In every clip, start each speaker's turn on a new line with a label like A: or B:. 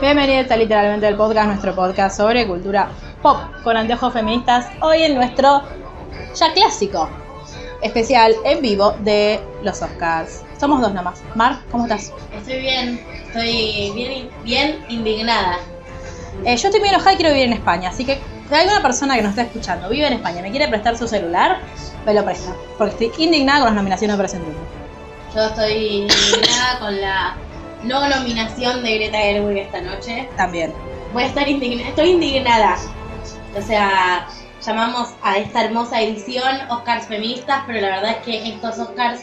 A: Bienvenidos a literalmente el podcast, nuestro podcast sobre cultura pop con anteojos feministas. Hoy en nuestro ya clásico especial en vivo de los Oscars. Somos dos nomás. Mar, ¿cómo estás?
B: Estoy bien, estoy bien, bien indignada.
A: Eh, yo estoy muy enojada y quiero vivir en España, así que si alguna persona que nos está escuchando vive en España, me quiere prestar su celular, me lo presta, porque estoy indignada con las nominaciones de Operación Triunfo.
B: Yo estoy indignada con la no nominación de Greta Gerwig esta noche.
A: También.
B: Voy a estar indignada, estoy indignada. O sea, llamamos a esta hermosa edición Oscars feministas, pero la verdad es que estos Oscars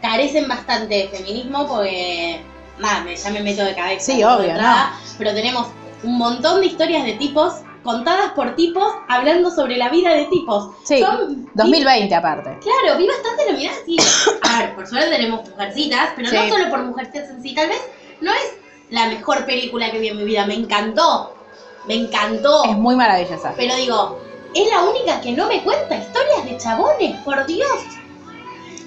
B: carecen bastante de feminismo porque, nada, me, ya me meto de cabeza.
A: Sí,
B: de
A: obvio,
B: entrada, Pero tenemos un montón de historias de tipos contadas por tipos hablando sobre la vida de tipos.
A: Sí,
B: Son
A: 2020 aparte.
B: Claro, vi bastante nominadas y. A ver, por suerte tenemos mujercitas, pero
A: Sí.
B: no solo por mujercitas en sí, tal vez no es la mejor película que vi en mi vida. Me encantó. Me encantó.
A: Es muy maravillosa.
B: Oh. Pero digo, es la única que no me cuenta historias de chabones, por Dios.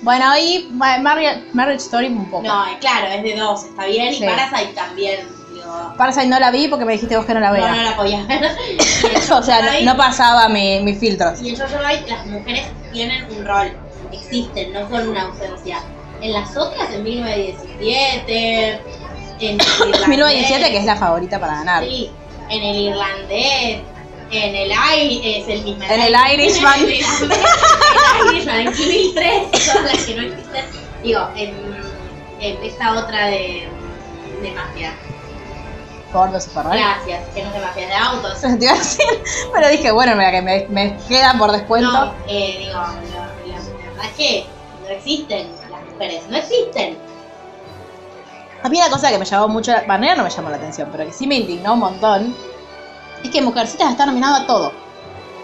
A: Bueno, y ma- Marri- Marriage Story un poco.
B: No, eh, claro, es de dos, está bien.
A: Sí.
B: Y Parasite también, digo.
A: Parasite no la vi porque me dijiste vos que no la
B: No,
A: veas.
B: no la podía ver. Y en
A: o sea,
B: Jojo Rabbit-
A: no, no pasaba mi, mis filtros.
B: Y en Jojo Rabbit las mujeres tienen un rol, existen, no son una ausencia. En las otras, en 1917, en
A: 1917, que es la favorita para ganar.
B: Sí, en el irlandés, en el aire, es el mismo.
A: En el Irishman.
B: En el irlandés, en el Irishman, en 2003, son las que no existen. Digo, en, en esta otra de, de mafia.
A: Por los Super Bowl.
B: Gracias, que no es de mafia, de autos.
A: Te iba a decir, pero dije, bueno, mira, que me, me queda por descuento.
B: No, eh, digo, la, la- la verdad es que no existen las mujeres, no existen.
A: A mí una cosa que me llamó mucho, la manera no me llamó la atención, pero que sí me indignó un montón, es que Mujercitas está nominado a todo,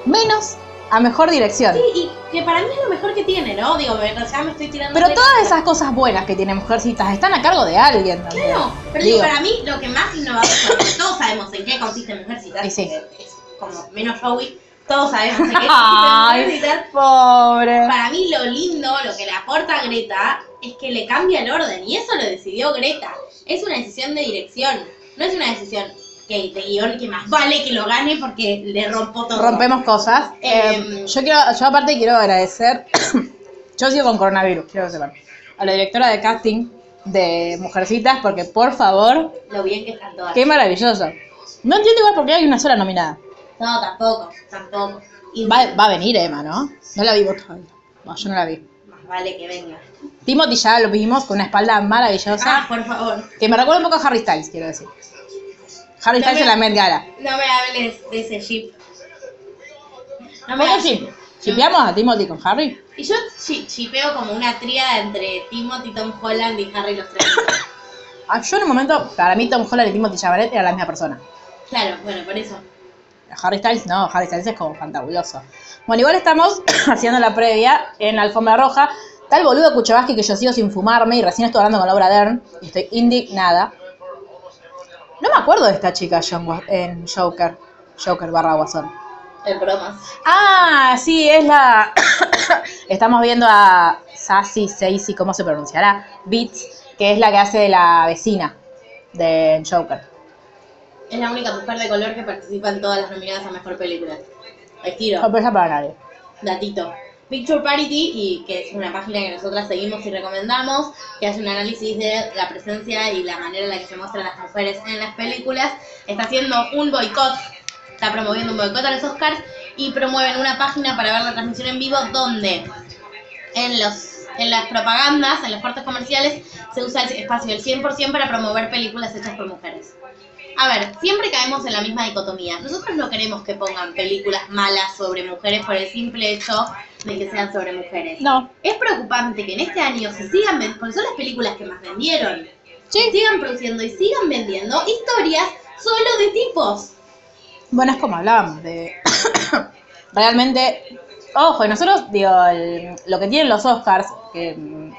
A: menos a Mejor Dirección.
B: Sí, y que para mí es lo mejor que tiene, ¿no? Digo, me- ya me estoy tirando.
A: Pero
B: de-
A: todas esas cosas buenas que tiene Mujercitas están a cargo de alguien. también.
B: Claro, pero digo, para mí lo que más innovador, porque todos sabemos en qué consiste Mujercitas,
A: Y sí.
B: que es como menos Joey, todos sabemos en qué consiste
A: Ay.
B: Mujercitas.
A: Pobre.
B: Para mí lo lindo, lo que le aporta Greta, es que le cambia el orden, y eso lo decidió Greta. Es una decisión de dirección, no es una decisión que de guión, que más vale que lo gane porque le rompo todo.
A: rompemos cosas. Eh,
B: Eh,
A: yo quiero, yo aparte quiero agradecer, yo sigo con coronavirus, quiero que sepan, a la directora de casting de Mujercitas, porque por favor,
B: Lo bien que están todas.
A: qué maravilloso. No entiendo igual por qué hay una sola nominada.
B: No, tampoco, tampoco. Y
A: Va, va a venir Emma, ¿no? No la vimos todavía. No, yo no la vi.
B: Más vale que venga.
A: Timothy ya lo vimos con una espalda maravillosa.
B: ah, por favor,
A: Que me recuerda un poco a Harry Styles, quiero decir. Harry
B: No
A: Styles
B: me-
A: en la Met Gala.
B: no me hables de ese jeep. No me
A: ¿Vos
B: hables.
A: qué ¿Shipeamos a Timothy con Harry?
B: Y yo chi- chipeo como una tríada entre Timothy, Tom Holland y Harry los tres.
A: Ah, Yo en un momento, para mí Tom Holland y Timothy Chalamet eran la misma persona.
B: claro, bueno, por eso.
A: Harry Styles no, Harry Styles es como fantabuloso. Bueno, igual estamos haciendo la previa en la alfombra roja. Tal boludo Kuchavaski que yo sigo sin fumarme y recién estoy hablando con Laura Dern y estoy indignada. No me acuerdo de esta chica John Wa- en Joker. Joker barra Guasón.
B: El bromas.
A: Ah, sí, es la... Estamos viendo a Sassy, Seisy, ¿cómo se pronunciará? Beats, que es la que hace de la vecina de Joker.
B: Es la única mujer de color que participa en todas las nominadas a mejor película. Al
A: No
B: tiro,
A: pesa para nadie.
B: datito. Picture Parity, y que es una página que nosotras seguimos y recomendamos, que hace un análisis de la presencia y la manera en la que se muestran las mujeres en las películas, está haciendo un boicot, está promoviendo un boicot a los Oscars y promueven una página para ver la transmisión en vivo donde en los en las propagandas, en los cortes comerciales, se usa el espacio del 100% para promover películas hechas por mujeres. A ver, siempre caemos en la misma dicotomía. Nosotros no queremos que pongan películas malas sobre mujeres por el simple hecho de que sean sobre mujeres.
A: No.
B: Es preocupante que en este año se sigan vendiendo, porque son las películas que más vendieron, sigan produciendo y sigan vendiendo historias solo de tipos.
A: Bueno, es como hablábamos de. Realmente. Ojo, y nosotros, digo, el- lo que tienen los Oscars, que mm,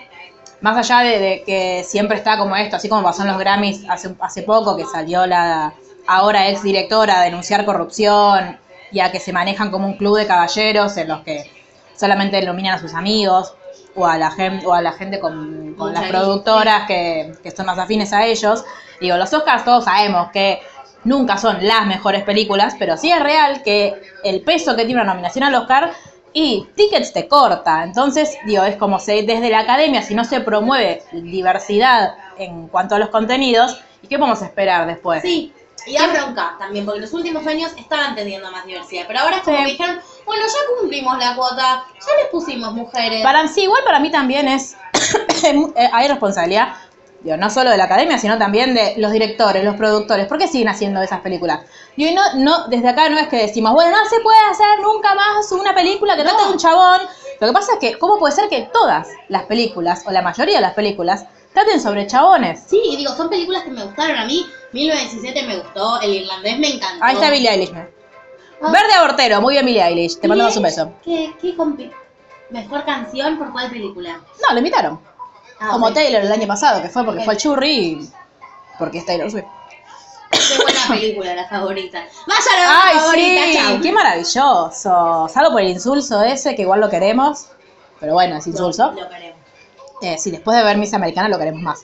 A: más allá de, de que siempre está como esto, así como pasó en los Grammys hace, hace poco, que salió la ahora ex directora a denunciar corrupción y a que se manejan como un club de caballeros en los que solamente iluminan a sus amigos o a la gente, o a la gente con, con las
B: Mucha
A: productoras que, que son más afines a ellos. Digo, los Oscars todos sabemos que nunca son las mejores películas, pero sí es real que el peso que tiene una nominación al Oscar y tickets te corta. Entonces, digo, es como se, desde la academia, si no se promueve diversidad en cuanto a los contenidos, ¿y qué podemos esperar después?
B: Sí, y da bronca también, porque en los últimos años estaban teniendo más diversidad, pero ahora es como
A: Sí.
B: que dijeron, bueno, ya cumplimos la cuota, ya les pusimos mujeres.
A: Para sí, igual para mí también es. eh, hay responsabilidad, digo, no solo de la academia, sino también de los directores, los productores. ¿Por qué siguen haciendo esas películas? Digo, y no, no, desde acá no es que decimos, bueno, no se puede hacer nunca más una película que trate de un chabón. Lo que pasa es que, ¿cómo puede ser que todas las películas, o la mayoría de las películas, traten sobre chabones?
B: Sí, y digo, son películas que me gustaron a mí. 1917 me gustó, El Irlandés me encantó.
A: Ahí está Billie Eilish. mira.
B: Oh. Ah.
A: Verde abortero, muy bien Billie Eilish. Te mandamos un beso.
B: ¿Qué, qué compi- mejor canción por cuál película?
A: No, lo invitaron.
B: Ah,
A: Como
B: ok.
A: Taylor el año pasado, que fue porque
B: Ok.
A: fue el churri y porque es Taylor Swift.
B: Qué buena película, la favorita. Vayan a ver
A: ¡Ay,
B: la favorita,
A: sí!
B: chau.
A: ¡Qué maravilloso! Salvo por el insulso ese, que igual lo queremos. Pero bueno, es insulso.
B: Lo queremos.
A: Eh, sí, después de ver Miss Americana lo queremos más.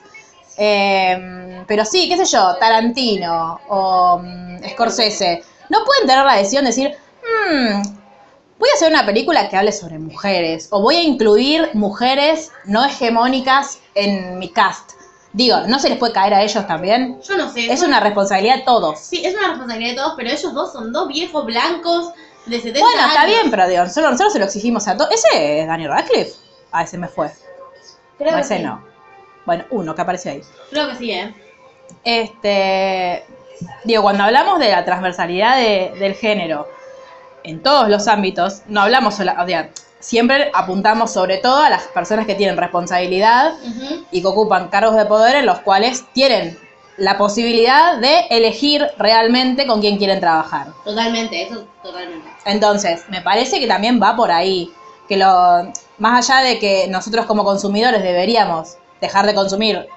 A: Eh, pero sí, qué sé yo, Tarantino o mm, Scorsese, no pueden tener la decisión de decir, "Mm, voy a hacer una película que hable sobre mujeres o voy a incluir mujeres no hegemónicas en mi cast. Digo, ¿no se les puede caer a ellos también?
B: Yo no sé.
A: Es
B: son-
A: una responsabilidad de todos.
B: Sí, es una responsabilidad de todos, pero ellos dos son dos viejos blancos de 70
A: Bueno, está
B: años.
A: bien, pero digo, nosotros, nosotros se lo exigimos a todos. ¿Ese es Daniel Radcliffe? Ah, ese me fue.
B: Creo
A: No,
B: que
A: ese
B: sí.
A: no. Bueno, uno que apareció ahí.
B: Creo que sí, ¿eh?
A: Este, digo, cuando hablamos de la transversalidad de- del género en todos los ámbitos, no hablamos sola, o sea, siempre apuntamos sobre todo a las personas que tienen responsabilidad
B: Ujú.
A: y que ocupan cargos de poder en los cuales tienen la posibilidad de elegir realmente con quién quieren trabajar.
B: Totalmente, eso totalmente.
A: Entonces, me parece que también va por ahí. Que lo. Más allá de que nosotros como consumidores deberíamos dejar de consumir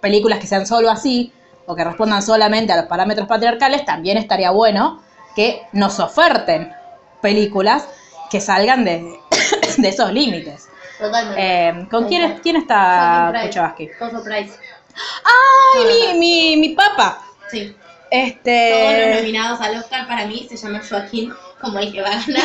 A: películas que sean solo así, o que respondan solamente a los parámetros patriarcales, también estaría bueno que nos oferten películas que salgan de, de esos límites.
B: Totalmente.
A: Eh, ¿Con quién, es- quién está Kuchavaski?
B: Coso Price.
A: ¡Ay, mi, mi, mi papá!
B: Sí. Todos los
A: Este,
B: nominados al Oscar para mí se llama Joaquín, como el que va a ganar.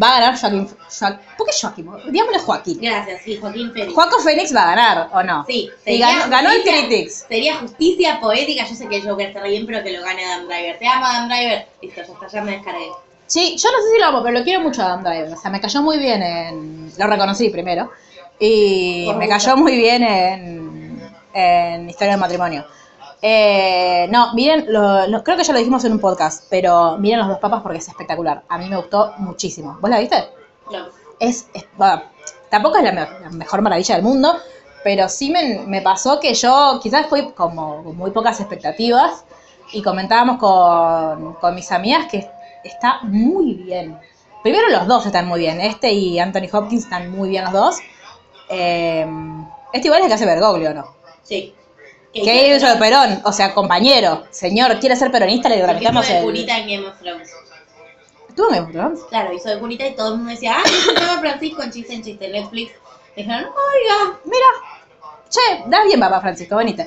A: va a ganar Joaquín. Joa- ¿Por qué Joaquín? Digámosle Joaquín.
B: Gracias, sí, Joaquín Félix.
A: Juaco Fénix va a ganar, ¿o no?
B: Sí,
A: Y
B: sería
A: ganó, ganó el
B: justicia-
A: Critics.
B: Sería justicia poética. Yo sé que el Joker está re bien, pero que lo gane Adam Driver. Te amo, Adam Driver. Listo, ya está, ya me descargué.
A: Sí, yo no sé si lo amo, pero lo quiero mucho a Adam Driver. O sea, me cayó muy bien en. Lo reconocí primero. Y
B: Por
A: me
B: gusto.
A: cayó muy bien en. En Historia del Matrimonio. Eh, no, miren, lo- lo- creo que ya lo dijimos en un podcast, pero miren los dos papas porque es espectacular. A mí me gustó muchísimo. ¿Vos la viste?
B: No.
A: es, es- va, tampoco es la, me- la mejor maravilla del mundo, pero sí me, me pasó que yo quizás fui como con muy pocas expectativas y comentábamos con, con mis amigas que está muy bien. Primero los dos están muy bien, este y Anthony Hopkins están muy bien los dos. Eh, este igual es el que hace Bergoglio, ¿no?
B: Sí.
A: Que hizo de Perón, o sea, compañero, señor, quiere ser peronista, le
B: Porque hizo
A: gravitamos
B: de
A: el...
B: curita en Game of Thrones.
A: ¿Estuvo en Game of Thrones?
B: Claro, hizo de curita y todo el mundo decía, ah, se llama Francisco en chiste en chiste. Netflix dijeron, oiga,
A: Mira, che, das bien, papá Francisco, bonita.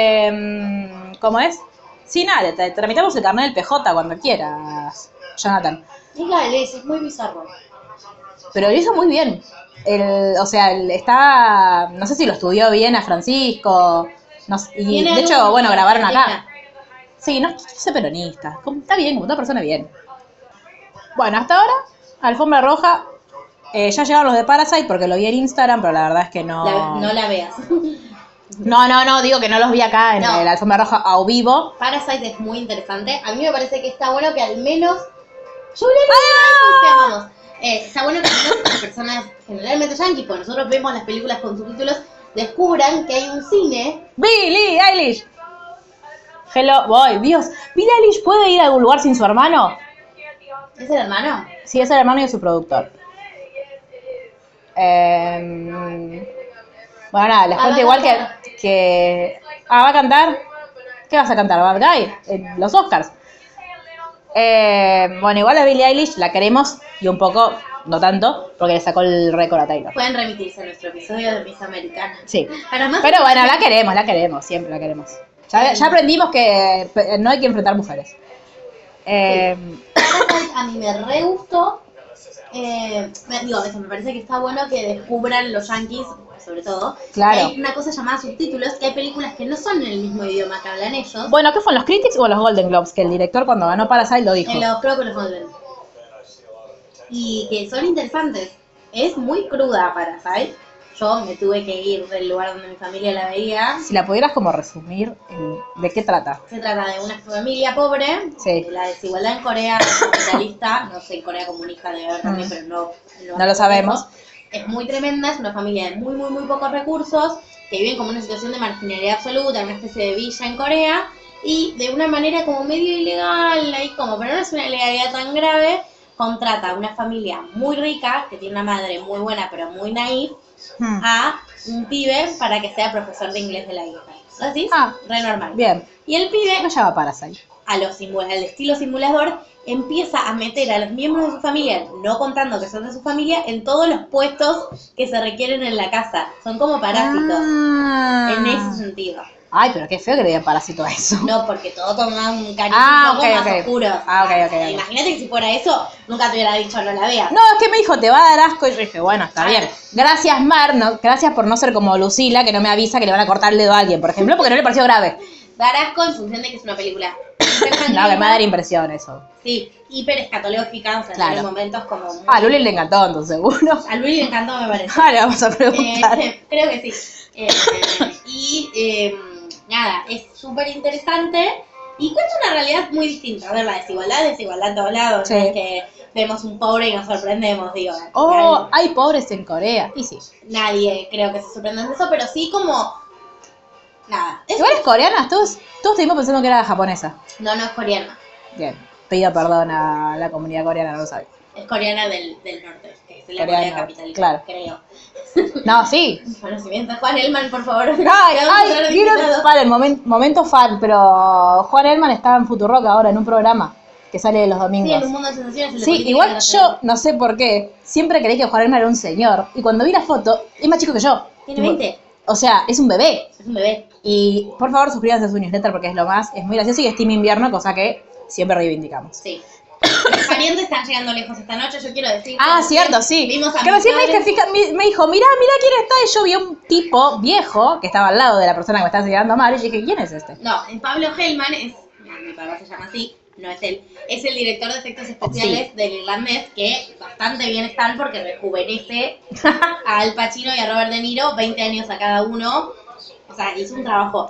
A: Eh, ¿Cómo es? Sí, nada, te tramitamos el carnet del PJ cuando quieras, Jonathan.
B: dígale, eso es muy bizarro.
A: Pero lo hizo muy bien. El- o sea, el- está. No sé si lo estudió bien a Francisco. no sé, y
B: Tiene
A: de hecho,
B: algo
A: bueno,
B: de
A: grabaron acá.
B: artista.
A: Sí, no soy peronista. como- Está bien, como toda persona bien. Bueno, hasta ahora, alfombra roja. Eh, ya llegaron los de Parasite porque lo vi en Instagram, pero la verdad es que no.
B: La- no la veas.
A: No, no, no, digo que no los vi acá en
B: No.
A: la alfombra roja a vivo.
B: Parasite es muy interesante. A mí me parece que está bueno que al menos. Yo
A: Ah,
B: le vamos. Eh, está bueno que al menos las personas generalmente yankees, porque nosotros vemos las películas con subtítulos, descubran que hay un cine.
A: Billie Eilish. Hello, voy, Dios. ¿Billie Eilish puede ir a algún lugar sin su hermano?
B: ¿Es el hermano?
A: Sí, es el hermano y es su productor. Em, bueno, nada, les
B: Ah,
A: cuento
B: va a
A: igual que,
B: cantar.
A: que... Ah, ¿va a cantar? ¿Qué vas a cantar? ¿Bad Guy? Eh, los Oscars. Em, bueno, igual a Billie Eilish la queremos y un poco, no tanto, porque le sacó el récord a Taylor.
B: Pueden remitirse a nuestro episodio de Miss Americana.
A: Sí.
B: Para más
A: Pero bueno, la queremos, la queremos, siempre la queremos. Ya, ya aprendimos que eh, no hay que enfrentar mujeres. Em,
B: Parasite a mí me re gustó. Eh, me- digo, eso, me parece que está bueno que descubran los yankees, sobre todo.
A: Claro.
B: que hay una cosa llamada subtítulos, que hay películas que no son en el mismo idioma que hablan ellos.
A: Bueno, ¿qué fue? ¿Los Critics o los Golden Globes? Que el director cuando ganó Parasite lo dijo.
B: En los, creo que los Golden. Y que son interesantes. Es muy cruda Parasite. Yo me tuve que ir del lugar donde mi familia la veía.
A: Si la pudieras como resumir, en- ¿de qué trata?
B: Se trata de una familia pobre,
A: Sí.
B: de la desigualdad en Corea capitalista, no sé, en Corea comunista debe haber también,
A: Mm.
B: pero no,
A: No lo sabemos.
B: Es muy tremenda, es una familia de muy, muy, muy pocos recursos, que viven como una situación de marginalidad absoluta, en una especie de villa en Corea, y de una manera como medio ilegal, ahí como, pero no es una ilegalidad tan grave, contrata a una familia muy rica, que tiene una madre muy buena, pero muy naif,
A: Hmm.
B: a un pibe para que sea profesor de inglés de la guerra. ¿Así?
A: Ah.
B: Re normal.
A: Bien,
B: Y el pibe
A: ¿qué lleva Parasite?
B: a los simula- al estilo simulador, empieza a meter a los miembros de su familia, no contando que son de su familia, en todos los puestos que se requieren en la casa. Son como parásitos,
A: Ah.
B: en ese sentido.
A: Ay, pero qué feo que le digan parásito a eso.
B: No, porque todo toma un cariño
A: Ah,
B: un poco
A: ok,
B: más
A: ok.
B: oscuro.
A: Ah, ok, ok, ok.
B: Imagínate que si fuera eso, nunca te hubiera dicho no la veas.
A: No, es que me dijo, te va a dar asco. Y yo dije, bueno, está bien. Gracias, Mar. no- gracias por no ser como Lucila, que no me avisa que le van a cortar el dedo a alguien, por ejemplo, porque no le pareció grave.
B: Dar asco en función de que es una película.
A: No, que me va a dar impresión eso.
B: Sí, hiper escatológica, o sea,
A: Claro.
B: tiene momentos como... muy-
A: Ah, a Luli le encantó, entonces, seguro.
B: A Luli le encantó, me parece.
A: Ah, le vamos a preguntar.
B: Eh, creo que sí. Eh, y eh, nada, es súper interesante y cuenta una realidad muy distinta. A ver, la desigualdad, desigualdad en todos lados.
A: Sí.
B: no es que vemos un pobre y nos sorprendemos, digo.
A: Oh, hay pobres en Corea. Y sí.
B: Nadie creo que se sorprenda de eso, pero sí como... Nada, es-
A: Igual es coreana, todos, todos estuvimos pensando que era japonesa.
B: no, no es coreana.
A: Bien, pido perdón a la comunidad coreana, no lo sabía.
B: Es coreana del, del norte, que es la
A: Coreana,
B: Corea capital,
A: claro.
B: creo.
A: No, sí.
B: Conocimiento, Juan Elman, por favor.
A: Ay,
B: Vamos a hablar
A: ay,
B: de
A: quiero-
B: invitados.
A: para el momen- momento fan, pero Juan Elman estaba en Futurock ahora en un programa que sale los
B: Sí, en un
A: domingos.
B: mundo de sensaciones. el de
A: Sí,
B: política
A: igual
B: internacional.
A: yo no sé por qué, siempre creí que Juan Elman era un señor y cuando vi la foto es más chico que yo.
B: Tiene 20,
A: O sea, es un bebé.
B: es un bebé.
A: Y por favor suscríbanse a su newsletter porque es lo más, es muy gracioso y es Team Invierno, cosa que siempre reivindicamos.
B: Sí. Mis parientes están llegando lejos esta noche, yo quiero decir.
A: Ah,
B: que
A: cierto,
B: recién
A: sí.
B: Vimos a
A: Que
B: mis
A: recién me,
B: padres.
A: dije, fija- mi- me dijo, mirá, mirá quién está. Y yo vi a un tipo viejo que estaba al lado de la persona que me estaba señalando mal. Y dije, ¿quién es este?
B: No, en Pablo Hellman es. no, Mi papá se llama así, no es él. Es el director de efectos especiales del irlandés que bastante bien están porque rejuvenece a Al Pacino y a Robert De Niro, 20 años a cada uno. O sea, hizo un trabajo.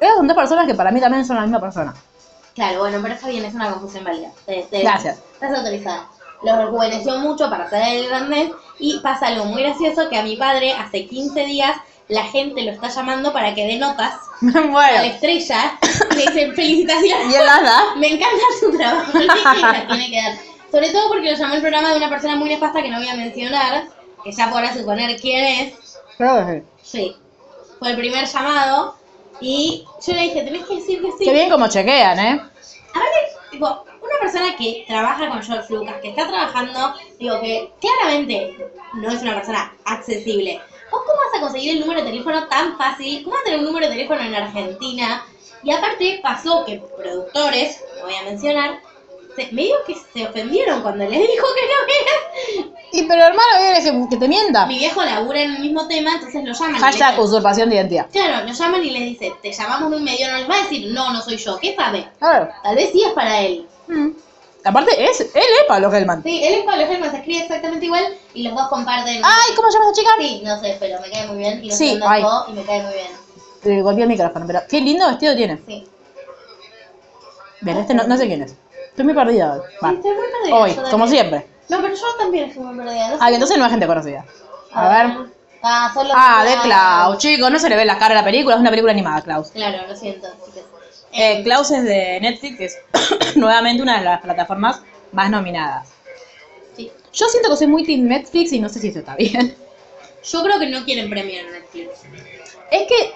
A: Esas son dos personas que para mí también son la misma persona.
B: Claro, bueno, pero está bien, es una confusión válida. Te- te-
A: Gracias.
B: Estás autorizada. Lo rejuveneció mucho para ser el irlandés y pasa algo muy gracioso que a mi padre hace 15 días la gente lo está llamando para que dé notas a la
A: bueno.
B: estrella y le dicen felicitaciones.
A: Y él las da.
B: Me encanta su trabajo, el que la tiene que dar. Sobre todo porque lo llamó el programa de una persona muy nefasta que no voy a mencionar, que ya podrá suponer quién es,
A: Creo que sí.
B: Sí. Fue el primer llamado. Y yo le dije, tenés que decir que sí.
A: Qué bien como chequean, ¿eh?
B: Aparte, tipo, una persona que trabaja con George Lucas, que está trabajando, digo que claramente no es una persona accesible. ¿Vos cómo vas a conseguir el número de teléfono tan fácil? ¿Cómo vas a tener un número de teléfono en Argentina? Y aparte pasó que productores, no voy a mencionar, se, medio que se ofendieron cuando le dijo que no era.
A: Y pero hermano, ¿qué querés que, que te mienta?
B: Mi viejo labura en el mismo tema, entonces lo llaman. y le
A: Hashtag
B: dicen,
A: usurpación de identidad.
B: Claro, lo llaman y les dice, te llamamos de un medio, no les va a decir, no, no soy yo, ¿qué sabe?
A: Claro.
B: Tal vez sí es para él.
A: Mm. Aparte, es, él es Pablo Hellman.
B: Sí, él es Pablo Germán, se escribe exactamente igual y los dos comparten.
A: Ay, ¿cómo llama esa chica?
B: Sí, no sé, pero me cae muy bien y los
A: Sí,
B: sí,
A: ay.
B: y me cae muy bien.
A: le golpeé el micrófono, pero qué lindo vestido tiene.
B: Sí.
A: Bien, este no, no sé quién es. Estoy muy perdida hoy. Va.
B: Sí, estoy muy perdida,
A: Hoy,
B: yo también.
A: como siempre.
B: No, pero yo también estoy muy perdida. no sé.
A: Ah, que entonces no es gente conocida. A ver.
B: Ah, solo
A: Ah, de Klaus, chicos, no se le ve la cara a la película, es una película animada, Klaus.
B: Claro, lo siento, chicas.
A: Eh, Klaus es de Netflix, que es nuevamente una de las plataformas más nominadas.
B: Sí.
A: Yo siento que soy muy team Netflix y no sé si eso está bien.
B: Yo creo que no quieren premiar a Netflix.
A: Es que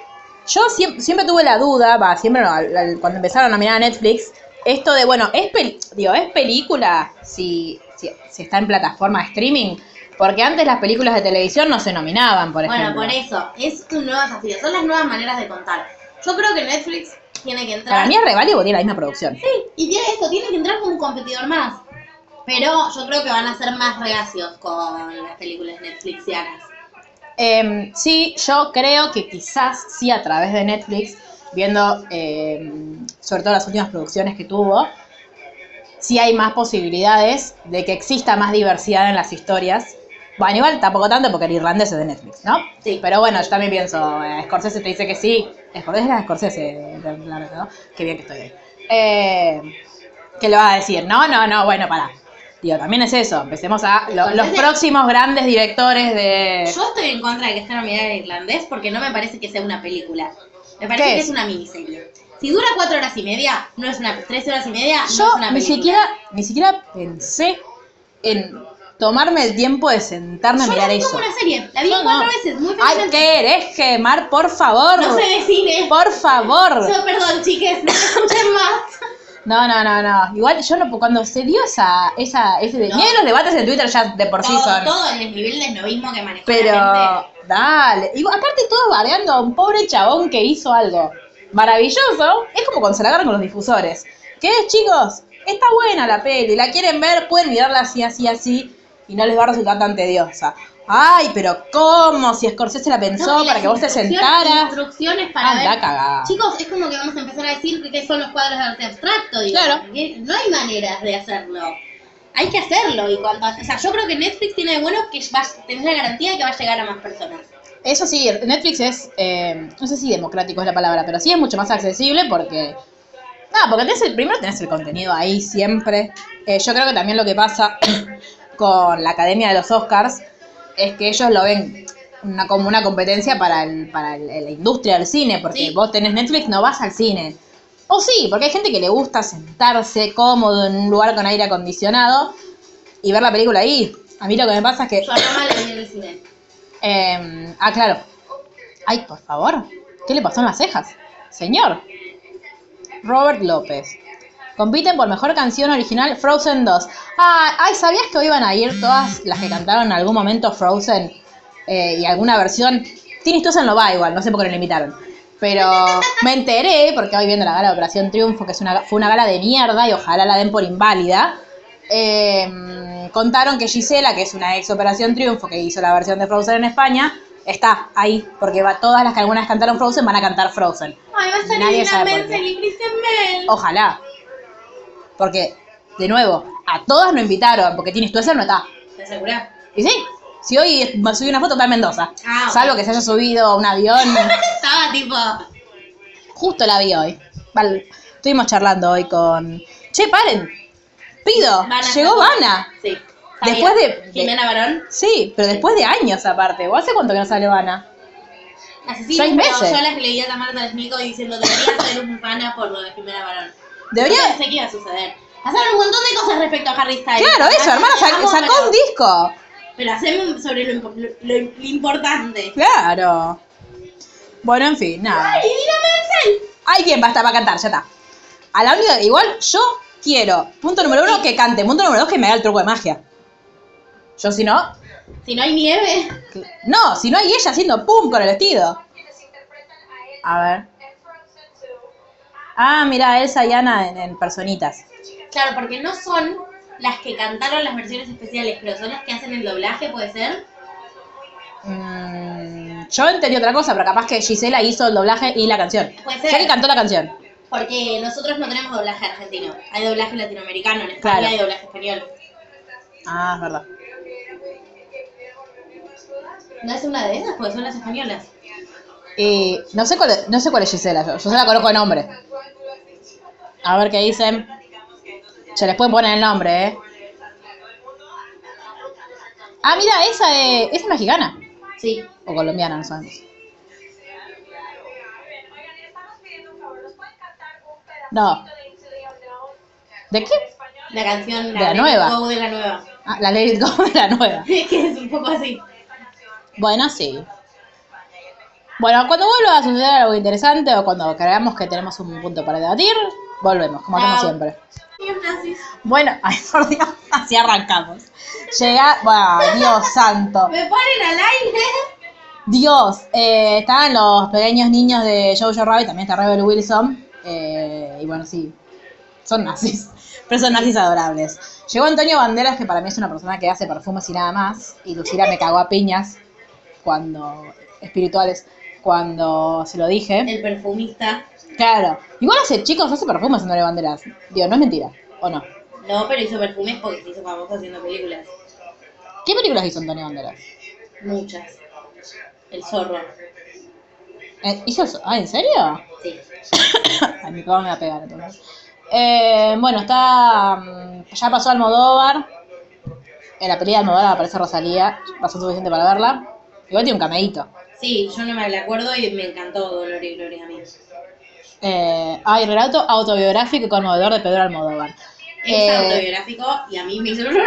A: yo siem- siempre, tuve la duda, va, siempre no, al- al- cuando empezaron a nominar a Netflix, esto de, bueno, es, pel- digo, ¿es película si, si, si está en plataforma de streaming? Porque antes las películas de televisión no se nominaban, por
B: bueno,
A: ejemplo.
B: por eso, es tu nueva fastidio, son las nuevas maneras de contar. Yo creo que Netflix tiene que entrar.
A: Para mí es re válido porque tiene la misma producción.
B: Sí, y tiene esto, tiene que entrar como un competidor más. Pero yo creo que van a ser más reacios con las películas netflixianas.
A: Eh, sí, yo creo que quizás sí a través de Netflix, viendo eh, sobre todo las últimas producciones que tuvo, sí hay más posibilidades de que exista más diversidad en las historias. Bueno, igual tampoco tanto porque el irlandés es de Netflix, ¿no?
B: Sí.
A: Pero bueno, yo también pienso, eh, Scorsese te dice que sí. Scorsese era Scorsese, claro, ¿no? Qué bien que estoy ahí. Eh, ¿Qué le vas a decir? No, no, no, bueno, pará. Digo, también es eso. Empecemos a lo- los
B: Scorsese-
A: próximos grandes directores de...
B: Yo estoy en contra de que esté nominada en irlandés porque no me parece que sea una película. Me
A: ¿Qué
B: parece que
A: es?
B: es una miniserie. Si dura cuatro horas y media, no es una. tres horas y media, no es
A: Yo
B: una
A: ni
B: película.
A: siquiera, ni siquiera pensé en tomarme el tiempo de sentarme a
B: Yo la
A: mirar
B: vi
A: eso.
B: como una serie. La vi
A: Yo
B: cuatro
A: no.
B: veces, muy
A: Ay,
B: fácilmente.
A: qué eres, Gemar, por favor.
B: No se ve cine.
A: Por favor.
B: Yo, perdón, chiques, no me escuchen más.
A: No, no, no, no. Igual yo no- cuando se dio esa, esa, ese de-
B: No.
A: ni de los debates en Twitter ya de por sí
B: todo,
A: son.
B: todo el nivel de esnovismo que manejó la
A: Pero,
B: gente.
A: dale. Y aparte todos bardeando a un pobre chabón que hizo algo maravilloso. Es como cuando se la agarran con los difusores. ¿Qué es, chicos? Está buena la peli. La quieren ver, pueden mirarla así, así, así. Y no les va a resultar tan tediosa. Ay, pero ¿cómo? Si Scorsese la pensó
B: No, y
A: para
B: las
A: que vos te
B: instrucciones-
A: sentaras.
B: Instrucciones para
A: Anda
B: ver-
A: cagada.
B: Chicos, es como que vamos a empezar a decir que son los cuadros de arte abstracto. digo.
A: Claro.
B: No hay maneras de hacerlo. Hay que hacerlo. Y cuando, o sea, yo creo que Netflix tiene de bueno que va, tenés la garantía de que va a llegar a más personas.
A: Eso sí, Netflix es, eh, no sé si democrático es la palabra, pero sí es mucho más accesible porque... Nada, porque tenés el, primero tenés el contenido ahí siempre. Eh, yo creo que también lo que pasa con la Academia de los Oscars es que ellos lo ven una, como una competencia para, el- para el- la industria del cine, porque
B: Sí.
A: vos tenés Netflix, no vas al cine. O sí, porque hay gente que le gusta sentarse cómodo en un lugar con aire acondicionado y ver la película ahí. A mí lo que me pasa es que...
B: Yo no mal en el cine.
A: Eh, ah, claro. Ay, por favor. ¿Qué le pasó en las cejas? Señor. Robert López. Compiten por mejor canción original Frozen 2. Ah, ay, ¿sabías que hoy van a ir todas las que cantaron en algún momento Frozen Eh, y alguna versión? Tini Stossen no va igual, no sé por qué no le invitaron. Pero me enteré, porque hoy viendo la gala de Operación Triunfo, que es una, fue una gala de mierda y ojalá la den por inválida. eh, contaron que Gisela, que es una ex Operación Triunfo que hizo la versión de Frozen en España, está ahí, porque va, todas las que algunas cantaron Frozen van a cantar Frozen.
B: Ay, va a salir
A: Nadie
B: Nadie
A: sabe por
B: Menzel
A: qué. Oh.
B: y Kristen Bell.
A: Ojalá. Porque, de nuevo, a todas no invitaron, porque tienes tú ese no está.
B: ¿Te asegurás?
A: Y sí, si hoy es- me subí una foto está en Mendoza.
B: Ah, ok.
A: Salvo que se haya subido a un avión.
B: Estaba tipo.
A: Justo la vi hoy. Val- estuvimos charlando hoy con. Che, paren. Pido.
B: Vanna
A: Oh, Llegó
B: Santoro.
A: Vana.
B: Sí. Sabía.
A: Después de- de-
B: Jimena Barón.
A: Sí, pero después de años aparte. ¿Vos hace cuánto que no sale Vana?
B: Asesino,
A: Seis
B: pero
A: meses.
B: Yo las leía a Tamarta Lesnico diciendo debería ser un pana por lo de Jimena Barón. No
A: Debería.
B: pensé que iba a suceder. Pasaron un montón de cosas respecto a Harry Styles.
A: Claro, eso,
B: Además,
A: hermana,
B: te
A: sa-
B: amo,
A: sacó
B: pero-
A: un disco.
B: Pero haceme un- sobre lo, impo- lo- lo importante.
A: Claro. Bueno, en fin, nada.
B: ¡Ay, dígame Menzel!
A: Alguien va a estar va a cantar, ya está. A la única, igual yo quiero, punto número uno, que cante, punto número dos, que me haga el truco de magia. Yo si no,
B: Si no hay nieve.
A: que- no, si no hay ella haciendo pum con el vestido. A ver. Ah, mira, Elsa y Ana en, en personitas.
B: Claro, porque no son las que cantaron las versiones especiales, pero son las que hacen el doblaje, ¿puede ser?
A: Mm, yo entendí otra cosa, pero capaz que Gisela hizo el doblaje y la canción.
B: Puede ser.
A: Ya que cantó la canción.
B: Porque nosotros no tenemos doblaje argentino. Hay doblaje latinoamericano, en España
A: Claro.
B: hay doblaje español.
A: Ah, es verdad.
B: No es una de esas, porque son las españolas.
A: Y Eh, no sé cuál es, no sé cuál es Gisela, yo, yo se la conozco de nombre. A ver qué dicen. Se les pueden poner el nombre, ¿eh? Ah, mira, esa es, es mexicana
B: Sí.
A: o colombiana, no sabemos. No. ¿De qué?
B: La canción
A: De la nueva.
B: Go de la nueva.
A: Ah, la Lady Go de la nueva.
B: que es un poco así.
A: Bueno, sí. Bueno, cuando vuelva a suceder algo interesante o cuando creamos que tenemos un punto para debatir, volvemos, como hacemos
B: Chao.
A: siempre.
B: Neonazis.
A: Ah. Bueno, ay, por Dios, así arrancamos. Llega, bueno, Dios santo.
B: Me ponen al aire.
A: Dios, eh, estaban los pequeños niños de Jojo Rabbit, también está Rebel Wilson. eh, y bueno, sí, son nazis, pero son nazis adorables. Llegó Antonio Banderas, que para mí es una persona que hace perfumes y nada más. Y Lucila me cagó a piñas cuando, espirituales, cuando se lo dije.
B: El perfumista.
A: Claro, igual hace chicos, hace perfumes Antonio Banderas. Digo, no es mentira, ¿o no?
B: No, pero hizo perfumes porque se hizo famoso haciendo películas.
A: ¿Qué películas hizo Antonio Banderas?
B: Muchas. El zorro.
A: Eh, ¿Hizo eso? Ah, ¿en serio?
B: Sí.
A: Ay, mi papá me va a pegar entonces. Eh, bueno, está. mm, Ya pasó Almodóvar. En la pelea de Almodóvar aparece Rosalía. Pasó suficiente para verla. Igual tiene un cameíto.
B: Sí, yo no me la acuerdo y me encantó Dolor y Gloria a mí.
A: Eh, hay relato autobiográfico y conmovedor de Pedro Almodóvar.
B: Es
A: Eh,
B: autobiográfico y a mí me hizo llorar.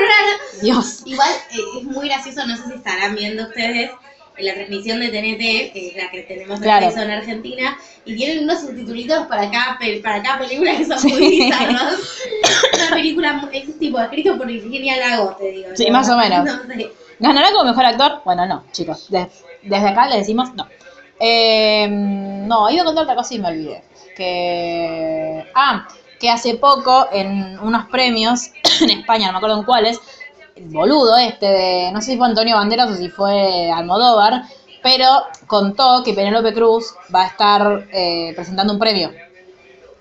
A: Dios.
B: Igual eh, es muy gracioso, no sé si estarán viendo ustedes en la transmisión de TNT, que es la que tenemos
A: Claro.
B: acceso en Argentina, y tienen unos subtitulitos para cada, pe- para cada película que son muy
A: Sí.
B: bizarros. Una película, mu- es tipo escrito por Virginia Lago, te digo.
A: Sí,
B: ¿no?
A: más o menos.
B: No sé.
A: ¿Ganará como mejor actor? Bueno, no, chicos. de- desde acá le decimos no. Eh, no, iba a contar otra cosa y me olvidé. Que. Ah, que hace poco en unos premios en España, no me acuerdo en cuáles, el boludo este de. No sé si fue Antonio Banderas o si fue Almodóvar, pero contó que Penélope Cruz va a estar eh, presentando un premio.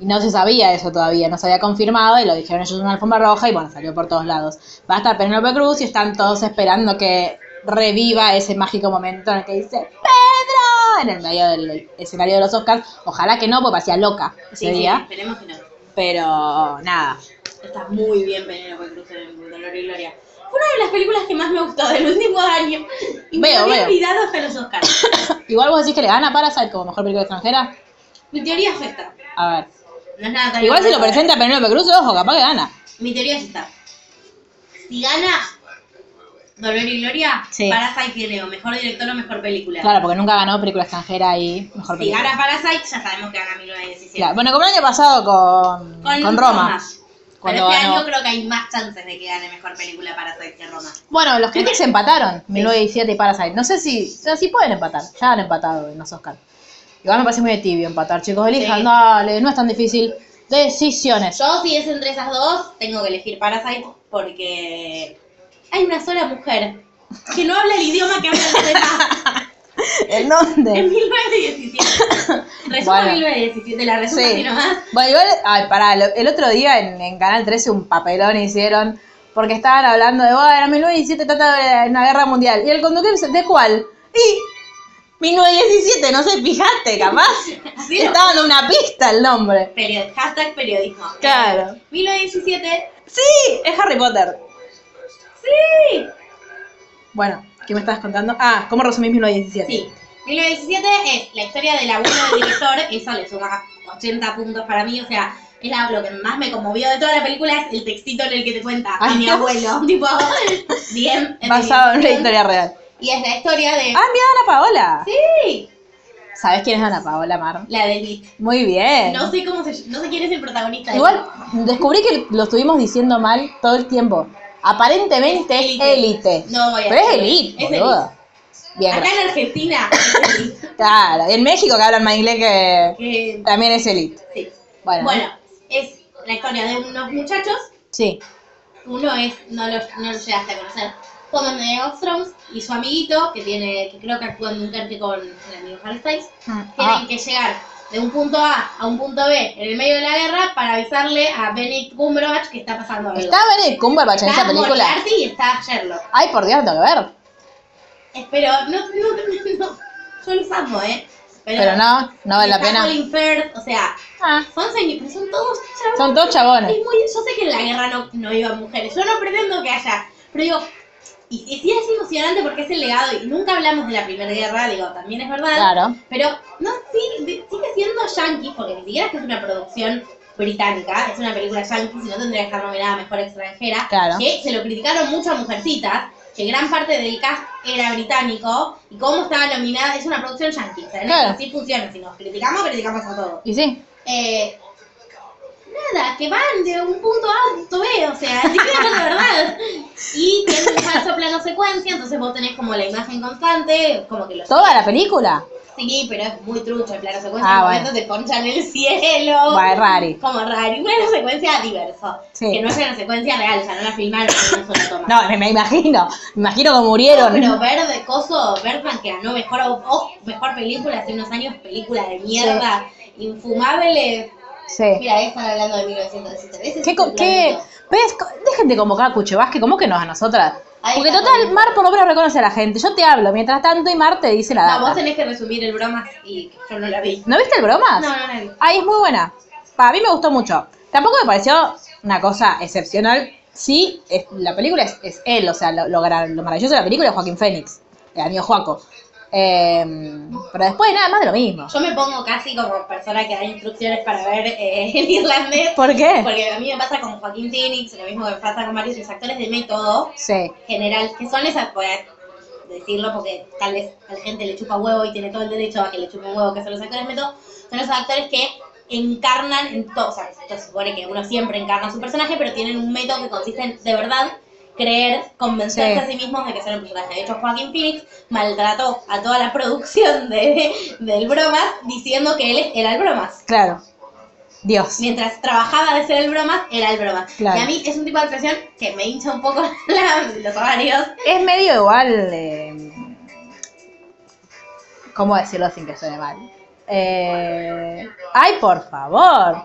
A: Y no se sabía eso todavía, no se había confirmado y lo dijeron ellos en una alfombra roja y bueno, salió por todos lados. Va a estar Penélope Cruz y están todos esperando que reviva ese mágico momento en el que dice ¡Pedro! en el medio del escenario de los Oscars. Ojalá que no, porque parecía loca ese
B: Sí, sí,
A: día.
B: esperemos que no.
A: Pero nada.
B: Está muy bien Penélope Cruz en Dolor y Gloria. Fue una de las películas que más me gustó del último año. Y me
A: Veo,
B: había
A: veo.
B: olvidado hasta los Oscars.
A: Igual vos decís que le gana Parasite como mejor película extranjera.
B: Mi teoría es esta.
A: A ver.
B: No es nada tan
A: Igual si lo
B: innovadora.
A: presenta Penélope Cruz, ojo, capaz que gana.
B: Mi teoría es esta. Si gana Dolor y Gloria,
A: Sí.
B: Parasite tiene o mejor director o mejor película.
A: Claro, porque nunca ganó película extranjera y mejor
B: si
A: película.
B: gana Parasite, ya sabemos que gana 1917.
A: Claro, Bueno, como el año pasado con,
B: Con
A: con Roma.
B: Pero
A: Cuando
B: este
A: ganó.
B: año creo que hay más chances de que gane mejor película Parasite que Roma.
A: Bueno, los críticos empataron, 1917 y Parasite. No sé si, no, si pueden empatar, ya han empatado en los Oscars. Igual me parece muy tibio empatar, chicos, elijan,
B: Sí.
A: dale, no es tan difícil. Decisiones.
B: Yo, si es entre esas dos, tengo que elegir Parasite porque hay una sola mujer que no habla el idioma que habla los demás.
A: ¿En
B: En
A: dónde?
B: 1917. Resuma
A: Bueno.
B: 1917, la resuma así
A: Sí.
B: nomás.
A: Bueno, igual, ay, pará, lo- el otro día en, en Canal 13 un papelón hicieron porque estaban hablando de, bueno, 1917 trata de una guerra mundial. Y el conductor dice, ¿de cuál? Y 1917, no sé, fíjate, capaz.
B: Así
A: Le
B: no.
A: Estaban dando una pista el nombre.
B: Period- hashtag periodismo.
A: Claro.
B: 1917.
A: Sí, es Harry Potter.
B: Sí.
A: Bueno, ¿qué me estabas contando? Ah, ¿cómo resumís 1917?
B: Sí. 1917 es la historia del abuelo del director. Eso le suma 80 puntos para mí. O sea, es la- lo que más me conmovió de toda la película es el textito en el que te cuenta a
A: Ay,
B: mi
A: no.
B: abuelo. Tipo, bien.
A: Basado en una historia real.
B: Y es la historia de.
A: Ah, mira Ana Paola.
B: Sí.
A: ¿Sabes quién es Ana Paola, Mar?
B: La del beat.
A: Muy bien.
B: No sé cómo se. No sé quién es el protagonista. de
A: Igual
B: eso.
A: descubrí que lo estuvimos diciendo mal todo el tiempo. Aparentemente es
B: Élite.
A: élite.
B: No voy a
A: Pero es
B: decirlo.
A: élite,
B: Es
A: boludo. Bien,
B: Acá
A: gracias.
B: en Argentina.
A: Claro, en México que hablan más inglés que
B: que-
A: también es élite.
B: sí.
A: Bueno,
B: Bueno, es la historia de unos muchachos
A: sí.
B: Uno es, no lo, no lo llegaste a conocer, Conan de Ostroms y su amiguito, que tiene, que creo que actúa en Dunkerque con el amigo Harry Styles, tienen
A: Ah,
B: que llegar de un punto A a un punto B en el medio de la guerra para avisarle a Benedict Cumberbatch que está pasando algo.
A: ¿Está Benedict Cumberbatch en esa película?
B: Moriarty y está Sherlock.
A: Ay, por Dios, tengo que ver.
B: Espero, no, no, no, no, yo los amo, ¿eh?
A: Pero no, no vale la
B: está
A: pena.
B: Colin Firth, o sea,
A: Ah,
B: son señores, pero son todos chabones.
A: son todos chabones.
B: Es muy, yo sé que en la guerra no, no iban mujeres, yo no pretendo que haya, pero digo, y, y sí es emocionante porque es el legado, y nunca hablamos de la primera guerra, digo, también es verdad,
A: Claro.
B: pero no sí, de- sigue siendo yankee, porque ni siquiera es que es una producción británica, es una película yankee, si no tendría que estar nominada a mejor extranjera,
A: Claro.
B: que se lo criticaron mucho a Mujercitas, que gran parte del cast era británico, y cómo estaba nominada, es una producción yankee, o sea,
A: Claro.
B: así funciona, si nos criticamos, criticamos a todos.
A: Y sí,
B: Eh, nada, que van de un punto A a un punto B, o sea, ni siquiera es la verdad. Y tiene un falso plano secuencia, entonces vos tenés como la imagen constante, como que los
A: toda la película.
B: Sí, pero es muy trucho el plano
A: Ah,
B: secuencia. en
A: bueno.
B: momentos te ponchan el cielo.
A: Va, es rari.
B: Como raro. Y plano secuencia diverso.
A: Sí.
B: Que no es una secuencia real, o sea, no la filmaron en una sola toma.
A: No, me, me imagino. Me imagino que
B: No,
A: murieron.
B: pero ver de coso, Bergman que ganó mejor, o- mejor película hace unos años, película de mierda, infumable,
A: Sí.
B: Mira, están hablando de 1917.
A: ¿Qué, co- qué, ¿Ves? Co- Dejen de convocar a Cuchevasque, ¿cómo que nos a nosotras?
B: Ahí
A: Porque
B: está,
A: total,
B: Cucho.
A: Mar por lo menos reconoce a la gente. Yo te hablo mientras tanto y Mar te dice la
B: No, vos
A: data.
B: tenés que resumir el bromas y yo no la vi.
A: ¿No viste el bromas?
B: No, no la vi.
A: Ay, es muy buena. Para mí me gustó mucho. Tampoco me pareció una cosa excepcional. Sí, es- la película es, es él, o sea, lo, lo gra- lo maravilloso de la película es Joaquín Fénix, el amigo Joaco. Em, pero después nada más de lo mismo.
B: Yo me pongo casi como persona que da instrucciones para ver eh, en irlandés.
A: ¿Por qué?
B: Porque a mí me pasa con Joaquín Phoenix, lo mismo que me pasa con varios de los actores de método
A: Sí,
B: general, que son esas, voy a decirlo porque tal vez a la gente le chupa huevo y tiene todo el derecho a que le chupe un huevo, que son los actores de método, son esos actores que encarnan en todo, o sea, esto se supone que uno siempre encarna a su personaje, pero tienen un método que consiste en, de verdad, creer, convencerse
A: Sí.
B: a sí mismos de que son el personaje. De hecho, Joaquin Phoenix maltrató a toda la producción de, del Bromas diciendo que él era el Bromas
A: claro. Dios.
B: mientras trabajaba de ser el broma, era el broma.
A: Claro.
B: Y a mí es un tipo de presión que me hincha un poco la- los ovarios.
A: Es medio igual. em, ¿Cómo decirlo sin que suene mal? Eh, ay, por favor.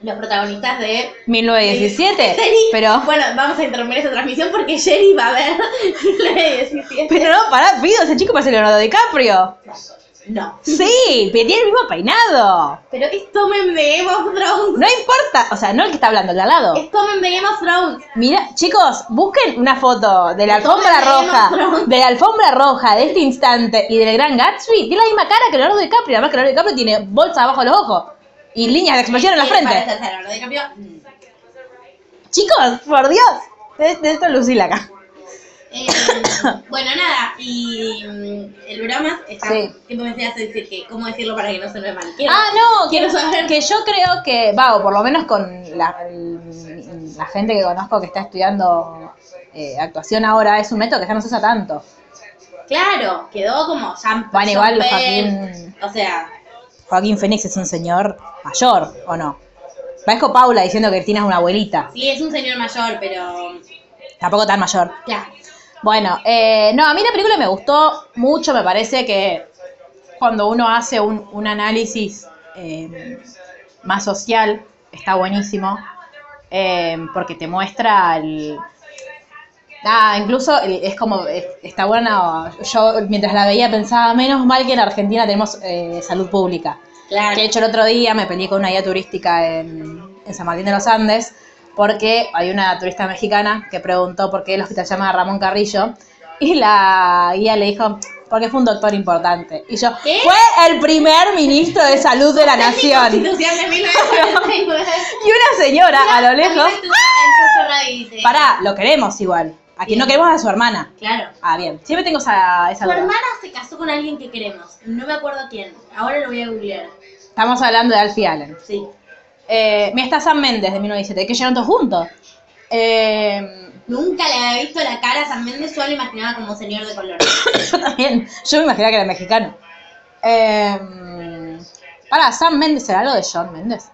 B: Los protagonistas de...
A: 1917.
B: Jerry.
A: Pero.
B: Bueno, vamos a interrumpir esta transmisión porque Jerry va a ver la de 17.
A: Pero no, pará, pido, ese chico parece Leonardo DiCaprio.
B: No.
A: Sí, pero tiene el mismo peinado.
B: Pero es Tommen de Game of Thrones.
A: No importa, o sea, no el que está hablando, el de al lado.
B: Es Tommen de Game of Thrones.
A: Mira, chicos, busquen una foto de la
B: Toma
A: alfombra
B: la
A: roja,
B: Game of Thrones.
A: de la alfombra roja de este instante y del gran Gatsby. Tiene la misma cara que Leonardo DiCaprio, además que Leonardo DiCaprio tiene bolsa abajo de los ojos y líneas de expresión en la
B: Quiere
A: frente.
B: parecerse a Leonardo DiCaprio. Mm.
A: Chicos, por Dios, de, de esto es Lucila acá.
B: Eh, bueno, nada, y mm, el broma está...
A: Sí.
B: Tiempo me decías decir que cómo decirlo para que no se me mal. Quiero-
A: Ah, no,
B: quiero
A: que,
B: saber.
A: que yo creo que, va, o por lo menos con la, el- la gente que conozco que está estudiando eh, actuación ahora, es un método que ya no se usa tanto.
B: Claro, quedó como Jean
A: Van
B: Jean
A: igual los
B: Bell,
A: Joaquín.
B: O sea,
A: Joaquín Fénix es un señor mayor, ¿o no? Parezco Paula diciendo que Tina es una abuelita,
B: sí, es un señor mayor, pero.
A: tampoco tan mayor.
B: Claro.
A: Bueno, eh, no, a mí la película me gustó mucho, me parece que cuando uno hace un, un análisis eh, más social, está buenísimo, eh, porque te muestra el... Ah, incluso el- es como, es- está buena, yo mientras la veía pensaba, menos mal que en Argentina tenemos eh, salud pública.
B: Claro.
A: Que de hecho el otro día me peleé con una guía turística en, en San Martín de los Andes porque hay una turista mexicana que preguntó por qué el hospital se llama Ramón Carrillo y la guía le dijo porque fue un doctor importante. Y yo,
B: ¿Qué?
A: fue el primer ministro de salud de la
B: Es mi
A: nación.
B: Constitución de 1949.
A: Y una señora a lo lejos,
B: Ahí va tu- en Costa Rica, dice.
A: pará, lo queremos igual. A quien no
B: Bien.
A: queremos es a su hermana.
B: Claro.
A: Ah, bien, siempre tengo esa, esa
B: Su
A: duda.
B: hermana se casó con alguien que queremos. No me acuerdo quién. Ahora lo voy a googlear.
A: Estamos hablando de Alfie Allen.
B: Sí.
A: Eh, mira, está Sam Méndez de 1917, que llegaron todos juntos. Eh,
B: Nunca le había visto la cara a San Méndez, yo lo imaginaba como señor de color.
A: yo también, yo me imaginaba que era mexicano. Eh, para, Sam Méndez era algo de John Méndez,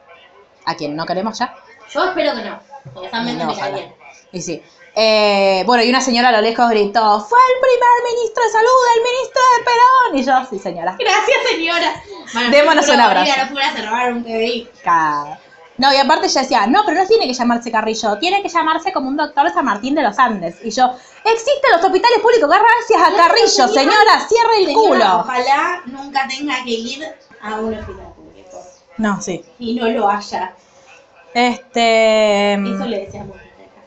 A: a quien no queremos ya.
B: Yo espero que no, porque San Méndez
A: No,
B: me cae
A: ojalá.
B: bien.
A: Y sí. Eh, bueno, y una señora a lo lejos gritó, fue el primer ministro de salud, el ministro de Perón. Y yo, sí señora.
B: Gracias, señora. Bueno,
A: Démonos
B: seguro
A: un abrazo.
B: Bolivia No fuera a cerrar un PBI.
A: Ca- No, y aparte ella decía, no, pero no tiene que llamarse Carrillo, tiene que llamarse como un doctor San Martín de los Andes. Y yo, existen los hospitales públicos gracias a Carrillo, señora, cierre el
B: Señora,
A: culo.
B: Ojalá nunca tenga que ir a un hospital público.
A: No, sí.
B: Y no lo haya.
A: Este.
B: Eso le deseamos. desde acá.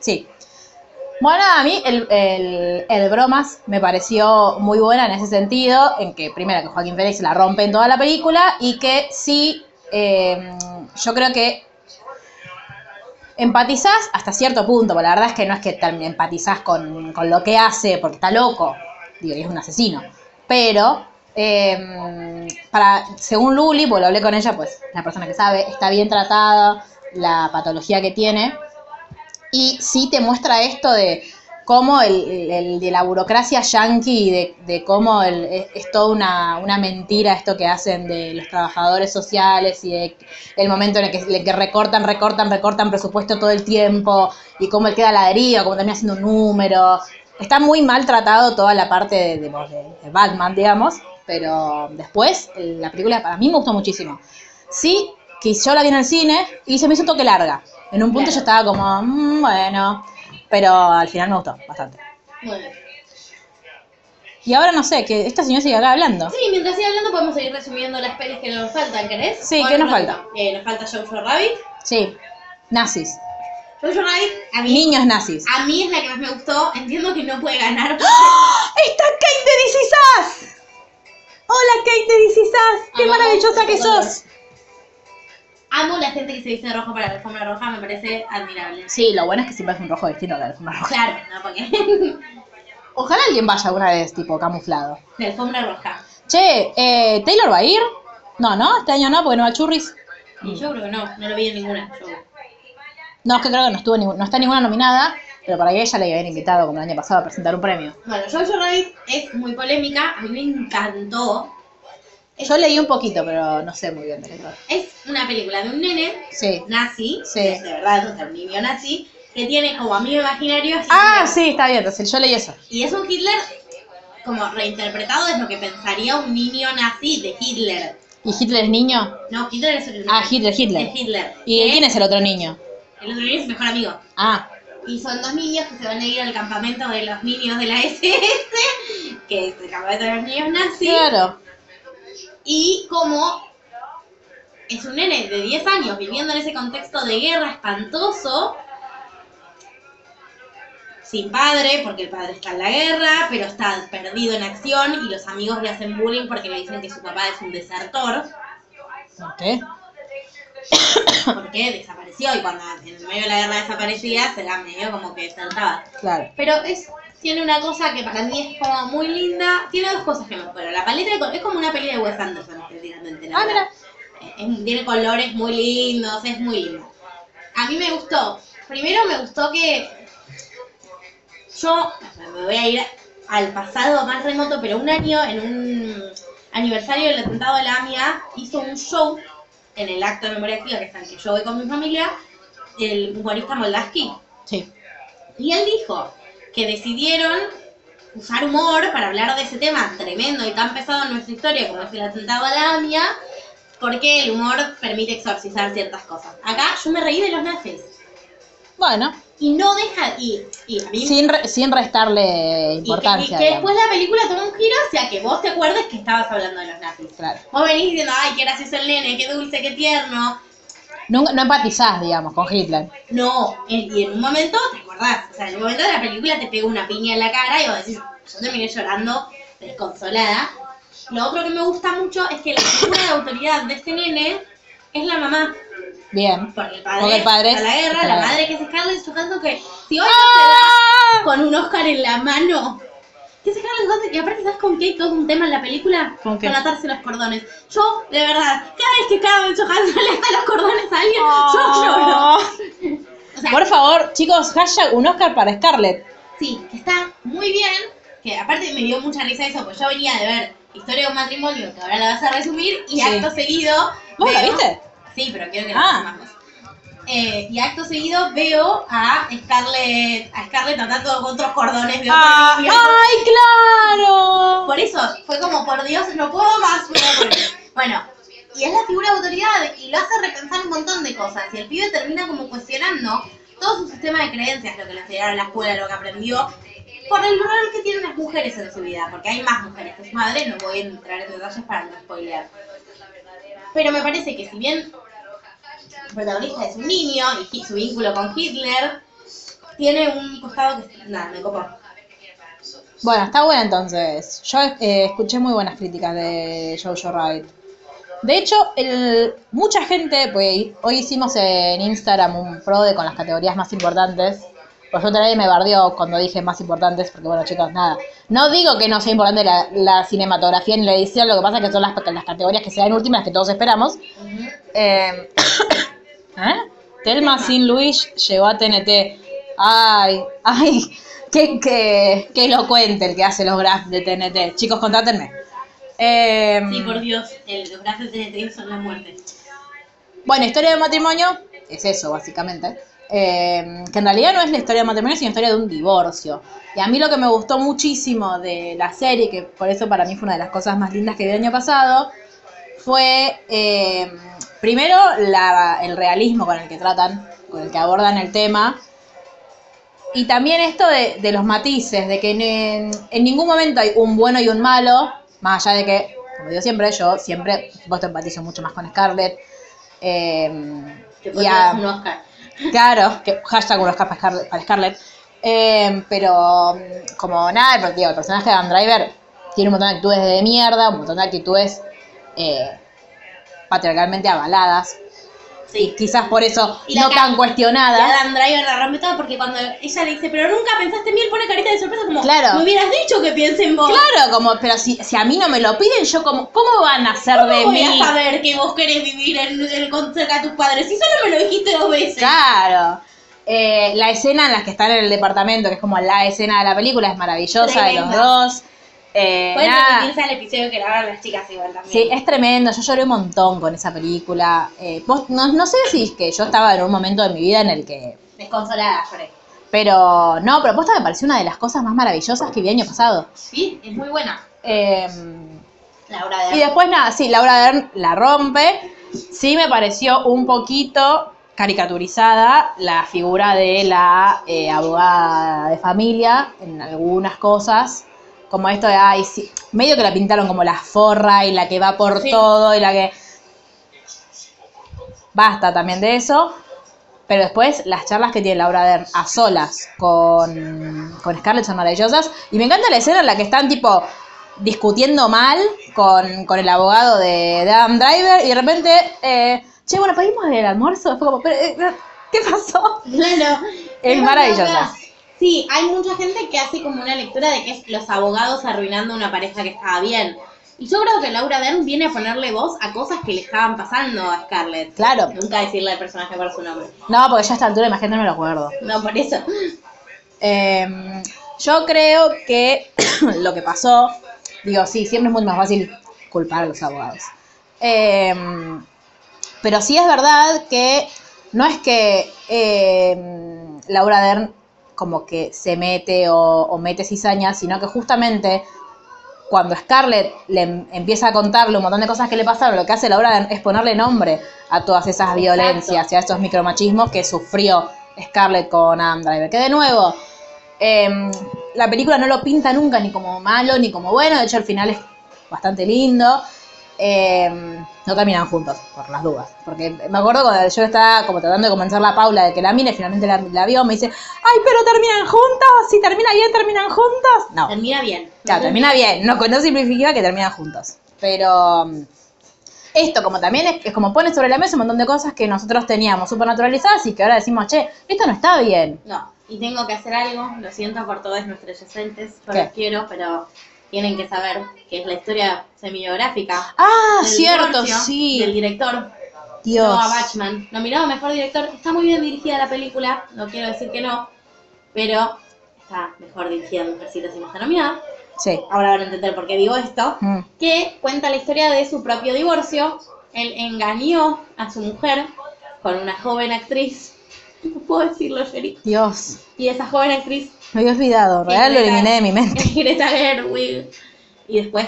A: Sí. Bueno, a mí el, el- el bromas me pareció muy buena en ese sentido, en que primero que Joaquín Félix la rompe en toda la película y que sí, eh, yo creo que empatizás hasta cierto punto, porque la verdad es que no es que term- empatizás con, con lo que hace, porque está loco, digo, y es un asesino, pero eh, para, según Luli, porque lo hablé con ella, pues la persona que sabe, está bien tratada la patología que tiene, y sí te muestra esto de cómo el, el- el de la burocracia yanqui, de, de cómo el- es, es toda una, una mentira esto que hacen de los trabajadores sociales y de el momento en el que, en el que recortan, recortan, recortan presupuesto todo el tiempo y cómo él queda ladrillo, cómo termina siendo un número. Está muy mal tratado toda la parte de, de- de Batman, digamos, pero después el- la película para mí me gustó muchísimo. Sí, que yo la vi en el cine y se me hizo un toque larga. En un punto
B: Claro.
A: yo estaba como, "Mm, bueno, pero al final me gustó bastante.
B: Bueno.
A: Y ahora no sé, que esta señora sigue acá hablando.
B: Sí, mientras siga hablando podemos seguir resumiendo las pelis que nos faltan, ¿querés?
A: Sí,
B: O
A: ¿qué
B: no
A: nos falta?
B: Eh, nos falta Jojo Rabbit.
A: Sí, nazis.
B: Jojo Rabbit, a mí,
A: Niños nazis.
B: a mí es la que más me gustó. Entiendo que no puede ganar.
A: ¡Está Kate de This Is Us! ¡Hola Kate de This Is Us! ¡Qué
B: Amamos
A: maravillosa
B: este
A: que
B: color.
A: sos!
B: Amo la gente que se viste de rojo para la alfombra roja, me parece admirable.
A: Sí, lo bueno es que siempre es un rojo distinto a la alfombra roja.
B: Claro, ¿no? Porque
A: Ojalá alguien vaya alguna vez, tipo, camuflado.
B: la alfombra roja.
A: Che, eh, ¿Taylor va a ir? No, no, este año no, porque no va a Churris.
B: Y yo creo que no, no lo vi en ninguna. Yo.
A: No, es que creo que no, estuvo ningún- no está ninguna nominada, pero para que ella le habían invitado, como el año pasado, a presentar un premio.
B: Bueno, Jojo Rabbit es muy polémica, a mí me encantó.
A: Yo leí un poquito, pero no sé muy bien de qué trata.
B: Es una película de un nene
A: Sí.
B: nazi,
A: Sí.
B: que es de verdad, o sea, un niño nazi, que tiene como amigo imaginario. a
A: Ah,
B: Hitler.
A: sí, está bien, entonces yo leí eso.
B: Y es un Hitler como reinterpretado, es lo que pensaría un niño nazi de Hitler.
A: ¿Y Hitler es niño?
B: No, Hitler es el
A: Ah, Hitler, Hitler.
B: Es Hitler.
A: ¿Y
B: Que
A: quién es el otro niño?
B: El otro niño es su mejor amigo.
A: Ah,
B: Y son dos niños que se van a ir al campamento de los niños de la SS, que es el campamento de los niños nazis.
A: claro.
B: Y como es un nene de 10 años viviendo en ese contexto de guerra espantoso, sin padre, porque el padre está en la guerra, pero está perdido en acción y los amigos le hacen bullying porque le dicen que su papá es un desertor,
A: Ok.
B: porque desapareció y cuando en medio de la guerra desaparecía, se la medio como que desertaba.
A: Claro.
B: Pero es, tiene una cosa que para mí es como muy linda. Tiene dos cosas que me fueron. La paleta de colores es como una peli de Wes Anderson, prácticamente. la
A: Ah,
B: verdad. Eh, Es- tiene colores muy lindos, es muy lindo. A mí me gustó. Primero me gustó que yo me voy a ir al pasado más remoto, pero un año en un aniversario del atentado de la AMIA hizo un show en el acto de memoria activa que es al que yo voy con mi familia, el humorista Moldaski.
A: Sí.
B: Y él dijo que decidieron usar humor para hablar de ese tema tremendo y tan pesado en nuestra historia como es el atentado a la AMIA, porque el humor permite exorcizar ciertas cosas. Acá yo me reí de los nazis.
A: Bueno,
B: Y no deja. Y, y a mí.
A: sin, re- sin restarle
B: y que-
A: importancia.
B: y que,
A: digamos.
B: después la película toma un giro hacia que vos te acuerdes que estabas hablando de los nazis.
A: Claro.
B: Vos venís diciendo, ay, qué gracioso el nene, qué dulce, qué tierno.
A: Nunca- No, empatizás, digamos, con Hitler.
B: No, en- y en un momento te acordás, o sea, en un momento de la película te pega una piña en la cara y vos decís, yo terminé llorando desconsolada. Lo otro que me gusta mucho es que la figura de autoridad de este nene es la mamá,
A: Bien.
B: porque el padre,
A: Porque el padre
B: está en la guerra,
A: está en
B: la
A: la
B: madre que es Scarlett Johansson que si hoy
A: ¡Ah!
B: no te das con un Oscar en la mano, que es Scarlett Johansson, y aparte ¿sabes con qué? Todo un tema en la película,
A: ¿Con qué?
B: atarse los cordones. Yo, de verdad, cada vez que Scarlett Johansson le ata los cordones a alguien,
A: ¡Ah!
B: yo lloro. O sea,
A: Por favor, chicos, hashtag un Oscar para Scarlett.
B: Sí, que está muy bien, que aparte me dio mucha risa eso, pues yo venía de ver Historia de un matrimonio, que ahora la vas a resumir,
A: Sí.
B: y acto seguido...
A: ¿Vos la
B: veo-
A: viste?
B: Sí, pero quiero que
A: Ah.
B: la resumamos. Eh, y acto seguido veo a Scarlett, a Scarlett atando otros cordones de otro
A: Ah,
B: niño.
A: ¡Ay, claro!
B: Por eso, fue como, por Dios, no puedo más. me voy a morir. Bueno, y es la figura de autoridad y lo hace repensar un montón de cosas. Y el pibe termina como cuestionando todo su sistema de creencias, lo que le enseñaron en la escuela, lo que aprendió, por el rol que tienen las mujeres en su vida, porque hay más mujeres que su madre, no voy a entrar en detalles para no spoilear. Pero me parece que si bien el protagonista es un niño y hi- su vínculo con Hitler tiene un costado que... Nada, me copó.
A: Bueno, está buena entonces. Yo eh, escuché muy buenas críticas de Jojo Rabbit. De hecho, el- mucha gente, pues hoy hicimos en Instagram un pro de con las categorías más importantes. Por suerte nadie me bardeó cuando dije más importantes, porque bueno chicos, nada. No digo que no sea importante la, la cinematografía ni la edición, lo que pasa es que son las, las categorías que se dan últimas, que todos esperamos. Eh, ¿eh? Telma sin Luis llegó a TNT. Ay, ay, qué, qué, qué elocuente el que hace los graphs de TNT. Chicos, contátenme. Eh,
B: Sí, por Dios, el, los brazos de Trin son la muerte.
A: bueno, historia de matrimonio es eso, básicamente. Eh, que en realidad no es la historia de matrimonio, sino la historia de un divorcio. Y a mí lo que me gustó muchísimo de la serie, que por eso para mí fue una de las cosas más lindas que vi el año pasado, fue eh, primero la- el realismo con el que tratan, con el que abordan el tema. Y también esto de, de los matices, de que en, en ningún momento hay un bueno y un malo, más allá de que, como digo siempre, yo siempre, por supuesto, empatizo mucho más con Scarlett. Eh,
B: Que
A: y
B: podría
A: a-
B: dar un Oscar.
A: Claro, que hashtag unos capas para Scarlett. para Scarlett. Eh, pero mm, como nada, el, digo, el personaje de Adam Driver tiene un montón de actitudes de mierda, un montón de actitudes eh, patriarcalmente avaladas.
B: Sí.
A: Quizás por eso
B: Y la
A: no
B: ca-
A: tan
B: Y
A: cuestionadas.
B: Adam Driver la rompe todo porque cuando ella le dice, pero nunca pensaste en mí, él pone carita de sorpresa como,
A: Claro.
B: me hubieras dicho que piense en vos.
A: Claro, como, pero si, si a mí no me lo piden, yo como, ¿cómo van a hacer de
B: ¿Cómo voy
A: mí?
B: a saber que vos querés vivir en, en- con- cerca de tus padres? Si solo me lo dijiste dos veces.
A: Claro. Eh, la escena en la que están en el departamento, que es como la escena de la película, es maravillosa de
B: Tremenda.
A: los dos. Eh,
B: Pueden
A: nada.
B: repetirse al episodio que grabaron las chicas igual también.
A: Sí, es tremendo. Yo lloré un montón con esa película. Eh, vos- no, no sé si es que yo estaba en un momento de mi vida en el que.
B: Desconsolada, Fred.
A: Pero no, pero posta me pareció una de las cosas más maravillosas que vi el año pasado.
B: Sí, es muy buena.
A: Eh,
B: La obra de
A: y después, nada, sí, Laura Dern la rompe. Sí, me pareció un poquito caricaturizada la figura de la eh, abogada de familia en algunas cosas. Como esto de, ay, sí, medio que la pintaron como la forra y la que va por
B: Sí.
A: todo y la que. Basta también de eso. Pero después las charlas que tiene Laura Dern a solas con, con Scarlett son maravillosas. Y me encanta la escena en la que están tipo discutiendo mal con, con el abogado de, de Adam Driver y de repente, eh, che, bueno, pedimos el almuerzo. Fue como, "Pero, eh, ¿qué pasó?
B: Claro.
A: Es maravillosa.
B: Sí, hay mucha gente que hace como una lectura de que es los abogados arruinando una pareja que estaba bien. Y yo creo que Laura Dern viene a ponerle voz a cosas que le estaban pasando a Scarlett.
A: Claro.
B: Nunca decirle al personaje por su nombre.
A: No, porque ya a esta altura, imagínate, no me lo acuerdo.
B: No, por eso.
A: Eh, yo creo que lo que pasó, digo, sí, siempre es mucho más fácil culpar a los abogados. Eh, pero sí es verdad que no es que eh, Laura Dern como que se mete o, o mete cizaña, sino que justamente cuando Scarlett le em- empieza a contarle un montón de cosas que le pasaron, lo que hace Laura Dern es ponerle nombre a todas esas violencias y a esos micromachismos que sufrió Scarlett con Adam Driver. Que de nuevo, eh, la película no lo pinta nunca ni como malo ni como bueno, de hecho el final es bastante lindo. Eh, no terminan juntos, por las dudas. Porque me acuerdo cuando yo estaba como tratando de convencer a Paula de que la mire, finalmente la, la vio, me dice, ay, pero terminan juntos, si termina bien, terminan juntos. No,
B: Termina bien.
A: Claro, termina bien. No, no simplifica que terminan juntos. Pero mm, esto, como también es, es como pone sobre la mesa un montón de cosas que nosotros teníamos súper naturalizadas y que ahora decimos, che, esto no está bien.
B: No, y tengo que hacer algo, lo siento por todos nuestros oyentes, no
A: ¿Qué?
B: los quiero, pero tienen que saber que es la historia semibiográfica.
A: Ah,
B: del
A: cierto,
B: divorcio Del
A: sí.
B: director,
A: Dios.
B: Noah Bachman. Nominado a mejor director, está muy bien dirigida la película, no quiero decir que no, pero está mejor dirigida Mujercitas y no está nominada.
A: Sí.
B: Ahora van a entender por qué digo esto.
A: Mm.
B: Que cuenta la historia de su propio divorcio. Él engañó a su mujer con una joven actriz. No puedo decirlo, Sherry.
A: Dios.
B: Y esa joven actriz
A: Me había olvidado.
B: Sí,
A: Real lo
B: Greta-
A: eliminé de mi mente.
B: Greta Gerwig. Y después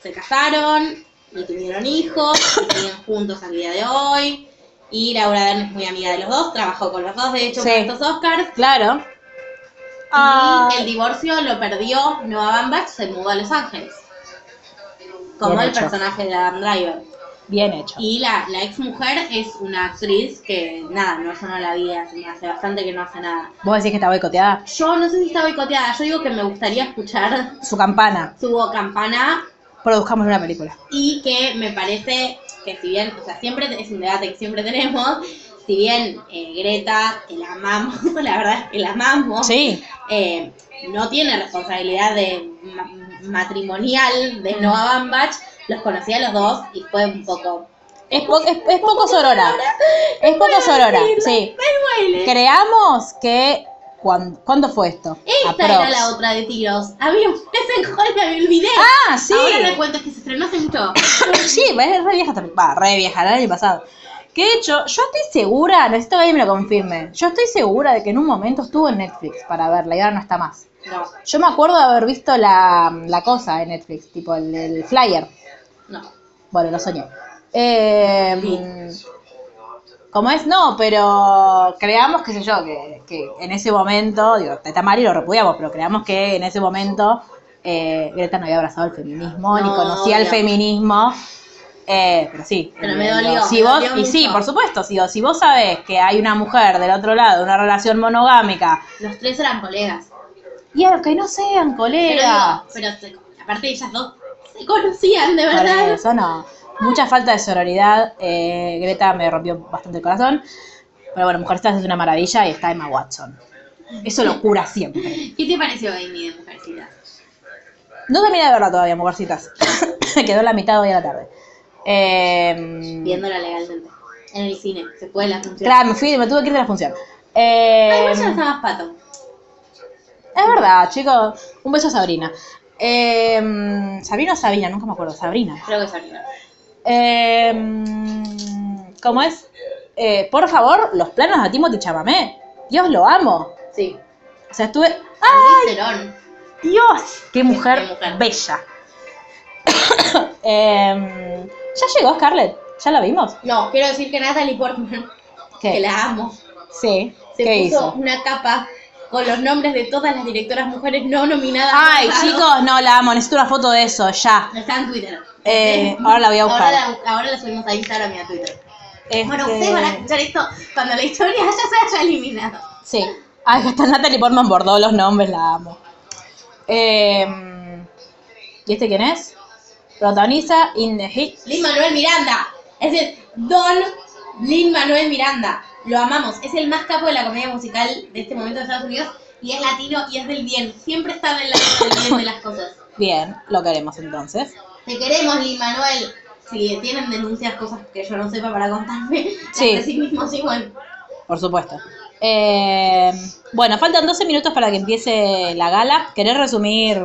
B: se casaron, y tuvieron hijos, y siguen juntos al día de hoy. Y Laura Dern es muy amiga de los dos, trabajó con los dos, de hecho,
A: Sí.
B: con estos Oscars.
A: Claro.
B: Y el divorcio lo perdió Noah Bambach, se mudó a Los Ángeles. Como
A: Bien
B: el
A: hecho.
B: personaje de Adam Driver.
A: Bien hecho.
B: Y la, la ex mujer es una actriz que, nada, no, yo no la vi, hace, hace bastante que no hace nada.
A: Vos decís que está boicoteada.
B: Yo no sé si está boicoteada, yo digo que me gustaría escuchar
A: Su campana.
B: su campana
A: Produzcamos una película.
B: y que me parece que si bien, o sea, siempre es un debate que siempre tenemos, si bien eh, Greta, que la amamos, la verdad es que la amamos,
A: Sí.
B: eh, no tiene responsabilidad de ma- matrimonial
A: Mm.
B: de Noah Bambach, los conocí a los dos y fue un poco...
A: Es, po- es- es poco sorora. Es poco sorora. Sí. Creamos que. cuan- ¿Cuándo fue esto?
B: Esta era
A: Aprox.
B: la otra de tiros. Había un mes en Hollywood, había el video.
A: Ah, sí.
B: Ahora no cuento, es que se estrenó hace mucho.
A: Sí, es re vieja también. Va, re vieja, el año pasado. Que de hecho, yo estoy segura, necesito que alguien me lo confirme. Yo estoy segura de que en un momento estuvo en Netflix para verla y ahora no está más.
B: No,
A: Yo me acuerdo de haber visto la, la cosa en Netflix, tipo el, el flyer.
B: no.
A: Bueno, lo soñé. Eh, ¿Cómo es? No, pero creamos, qué sé yo, que, que en ese momento, digo, está mal y lo repudiamos, pero creamos que en ese momento eh, Greta no había abrazado el feminismo, ni
B: No,
A: conocía el
B: obvio.
A: feminismo. Eh, pero sí.
B: Pero me
A: eh,
B: dolió,
A: digo, si
B: me
A: vos,
B: dolió
A: y sí,
B: mucho.
A: por supuesto, si, si vos sabés que hay una mujer del otro lado, una relación monogámica,
B: Los tres eran colegas.
A: y aunque no sean
B: Pero,
A: colegas,
B: digo, pero se- aparte ellas dos se conocían, de
A: Por
B: verdad.
A: eso no. Mucha falta de sororidad. eh, Greta me rompió bastante el corazón. Pero bueno, Mujercitas es una maravilla y está Emma Watson. Eso lo cura siempre.
B: ¿Qué te pareció Amy de Mujercita?
A: No terminé de verla todavía, Mujercitas. Quedó en la mitad hoy a la tarde. Eh,
B: Viéndola legalmente. En el cine. Se puede la función.
A: claro, me, fui, me tuve que ir de la función. Eh,
B: Ah, igual ya no está más pato.
A: es verdad, chicos. Un beso a Sabrina. Eh, Sabrina o Sabina, nunca me acuerdo. Sabrina.
B: Creo que es arriba.
A: Eh, ¿Cómo es? Eh, por favor, los planos a Timothy Chamamé. Dios lo amo.
B: Sí.
A: O sea, estuve. ¡ah,
B: Ay. Cerón.
A: ¡Dios! ¡Qué mujer,
B: Qué mujer.
A: bella! Eh, ya llegó Scarlett. ¿Ya la vimos?
B: No, quiero decir que Natalie Portman,
A: ¿Qué?
B: que la amo,
A: Sí.
B: se
A: ¿Qué
B: puso
A: hizo?
B: una capa con los nombres de todas las directoras mujeres no nominadas.
A: Ay,
B: Claro.
A: chicos, no la amo. Necesito una foto de eso ya.
B: Está en Twitter.
A: Eh, ahora la voy a buscar.
B: Ahora la, ahora la subimos a Instagram y a Twitter. Bueno,
A: Este,
B: ustedes van a escuchar esto cuando la historia ya se haya eliminado.
A: Sí. Ay, hasta Natalie Portman bordó los nombres, la amo. Eh, ¿Y este quién es? Protagoniza In the Hit.
B: Lin Manuel Miranda. Es el Don Lin Manuel Miranda. Lo amamos. Es el más capo de la comedia musical de este momento de Estados Unidos. Y es latino y es del bien. Siempre está del lado del bien de las cosas.
A: Bien, lo queremos entonces.
B: Te queremos, Lin Manuel. Si tienen denuncias, cosas que yo no sepa para contarme,
A: Sí.
B: sí. sí mismo sí, bueno.
A: Por supuesto. Eh, bueno, faltan 12 minutos para que empiece la gala. ¿Querés resumir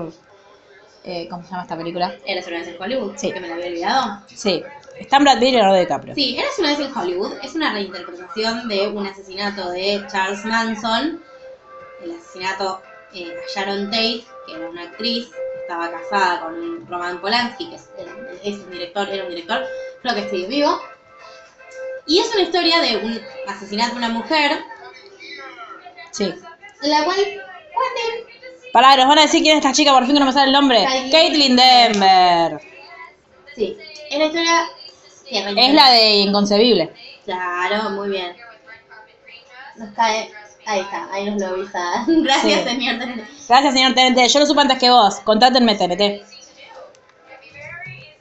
A: eh, cómo se llama esta película?
B: Eras una vez en Hollywood,
A: Sí.
B: que me la había olvidado.
A: Sí. Están Brad Pitt y Leonardo DiCaprio.
B: Sí, Eras una vez en Hollywood es una reinterpretación de un asesinato de Charles Manson, el asesinato eh, a Sharon Tate, que era una actriz, estaba casada con Roman Polanski, que es, es un director, era un director, creo que sigue vivo. Y es una historia de un asesinato de una mujer,
A: Sí.
B: la cual puede
A: Pará, nos van a decir quién es esta chica, por fin que no me sale el nombre.
B: Caitlyn
A: Caitlyn Denver.
B: Sí, es la historia que
A: Es la de Inconcebible.
B: Claro, muy bien. Nos cae. Ahí está, ahí nos lo avisa. Gracias,
A: Sí.
B: señor.
A: Gracias, señor TNT. Yo lo supe antes que vos. Contátenme, TNT.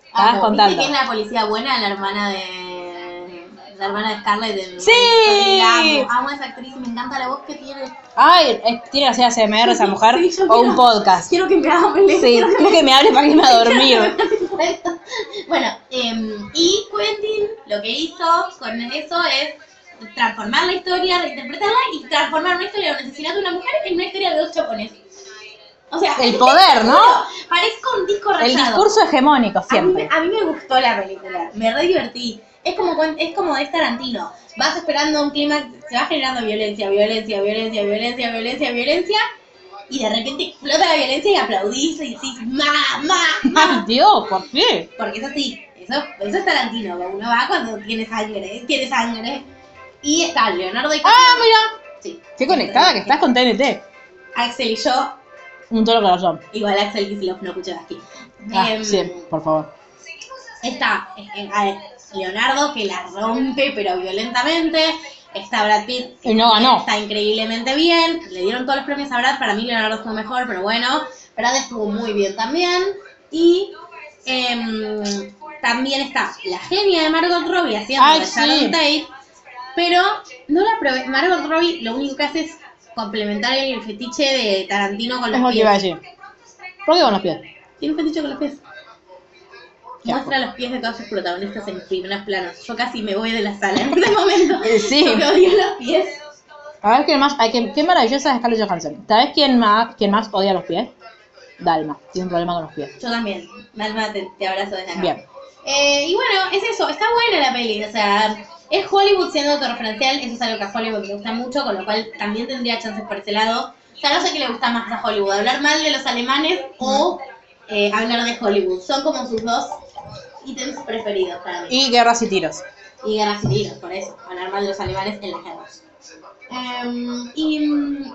A: Estabas
B: Amo.
A: Ah, contando.
B: ¿Viste quién es la policía buena? La hermana de. La hermana de Scarlett. De...
A: Sí.
B: La Amo. amo a esa actriz y me encanta la voz que tiene.
A: Ay, es- tiene que hacer ASMR esa mujer
B: Sí, yo
A: o
B: quiero-
A: un podcast.
B: Quiero que me hable.
A: Sí,
B: Quiero que
A: creo que me hable para irme a dormir.
B: bueno, em, y Quentin lo que hizo con eso es transformar la historia, reinterpretarla y transformar una historia de un asesinato de una mujer en una historia de dos chapones. O sea,
A: El poder, ¿no?
B: parezco un disco rayado.
A: El discurso hegemónico,
B: a mí,
A: siempre.
B: me- a mí me gustó la película, me re divertí. Es como, cuan- es como de Tarantino. Vas esperando un clima, se va generando violencia, violencia, violencia, violencia, violencia, violencia. Y de repente explota la violencia y aplaudís y decís, ¡Mamá!
A: Ay, Dios, ¿por qué?
B: Porque es así, es Eso, eso es Tarantino, que uno va cuando tiene sangre, tiene sangre. Y está Leonardo DiCaprio.
A: ¡Ah, mira!
B: Sí.
A: Qué conectada que estás con TNT.
B: Axel y yo,
A: Un toro corazón.
B: igual Axel Kicillof no escuchaba aquí.
A: Ah,
B: Em,
A: sí, por favor.
B: Está eh, a ver, Leonardo que la rompe pero violentamente. Está Brad Pitt que
A: Y no ganó.
B: está increíblemente bien. Le dieron todos los premios a Brad. Para mí Leonardo fue mejor, pero bueno. Brad estuvo muy bien también. Y em, también está la genia de Margot Robbie haciendo
A: Ay,
B: de
A: sí.
B: Sharon Tate. Pero no la probé. Margot Robbie lo único que hace es complementar el fetiche de Tarantino con
A: Es
B: los
A: lo que
B: pies.
A: iba a decir. ¿Por qué con los pies?
B: Tiene un fetiche con los pies.
A: Qué
B: Muestra los pies de todos sus protagonistas en primeras planas. Yo casi me voy de la sala en este momento.
A: Eh, sí.
B: Porque odio los pies.
A: A ver quién más. Ay, qué, qué maravillosa es Scarlett Johansson. ¿Sabes quién más, quién más odia los pies? Dalma. Tiene un problema con los pies.
B: Yo también. Dalma, te, te abrazo desde acá.
A: Bien.
B: Eh, y bueno, es eso. Está buena la peli. O sea, es Hollywood siendo autorreferencial. Eso es algo que a Hollywood le gusta mucho, con lo cual también tendría chances por ese lado. O sea, no sé qué le gusta más a Hollywood. Hablar mal de los alemanes o eh, hablar de Hollywood. Son como sus dos ítems preferidos para mí.
A: Y guerras y tiros.
B: y guerras y tiros, por eso, hablar mal de los alemanes en las guerras. Em, y mm,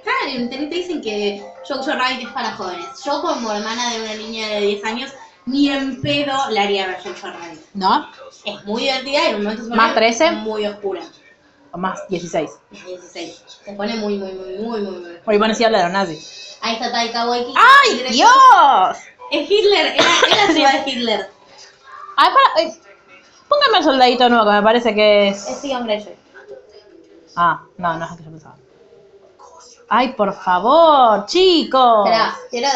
B: acá en TNT dicen que Jojo Rabbit es para jóvenes. Yo como hermana de una niña de 10 años, ni en pedo la haría ver Jojo Rabbit.
A: ¿No?
B: Es muy divertida y en un momento se pone
A: ¿Más 13?
B: muy oscura.
A: O más 16.
B: Es 16. Se pone muy, muy, muy, muy, muy, muy.
A: Por ahí van a decir habla de los nazis.
B: Ahí está Taika Waititi.
A: ¡Ay,
B: director.
A: Dios!
B: Es Hitler, era, era ciudad de Hitler.
A: Ay, para, eh, póngame el soldadito nuevo, que me parece que
B: Es
A: es.
B: Theon Greyjoy.
A: Ah, no, no es el que yo pensaba. Ay, por favor, chicos.
B: Esperá, quiero...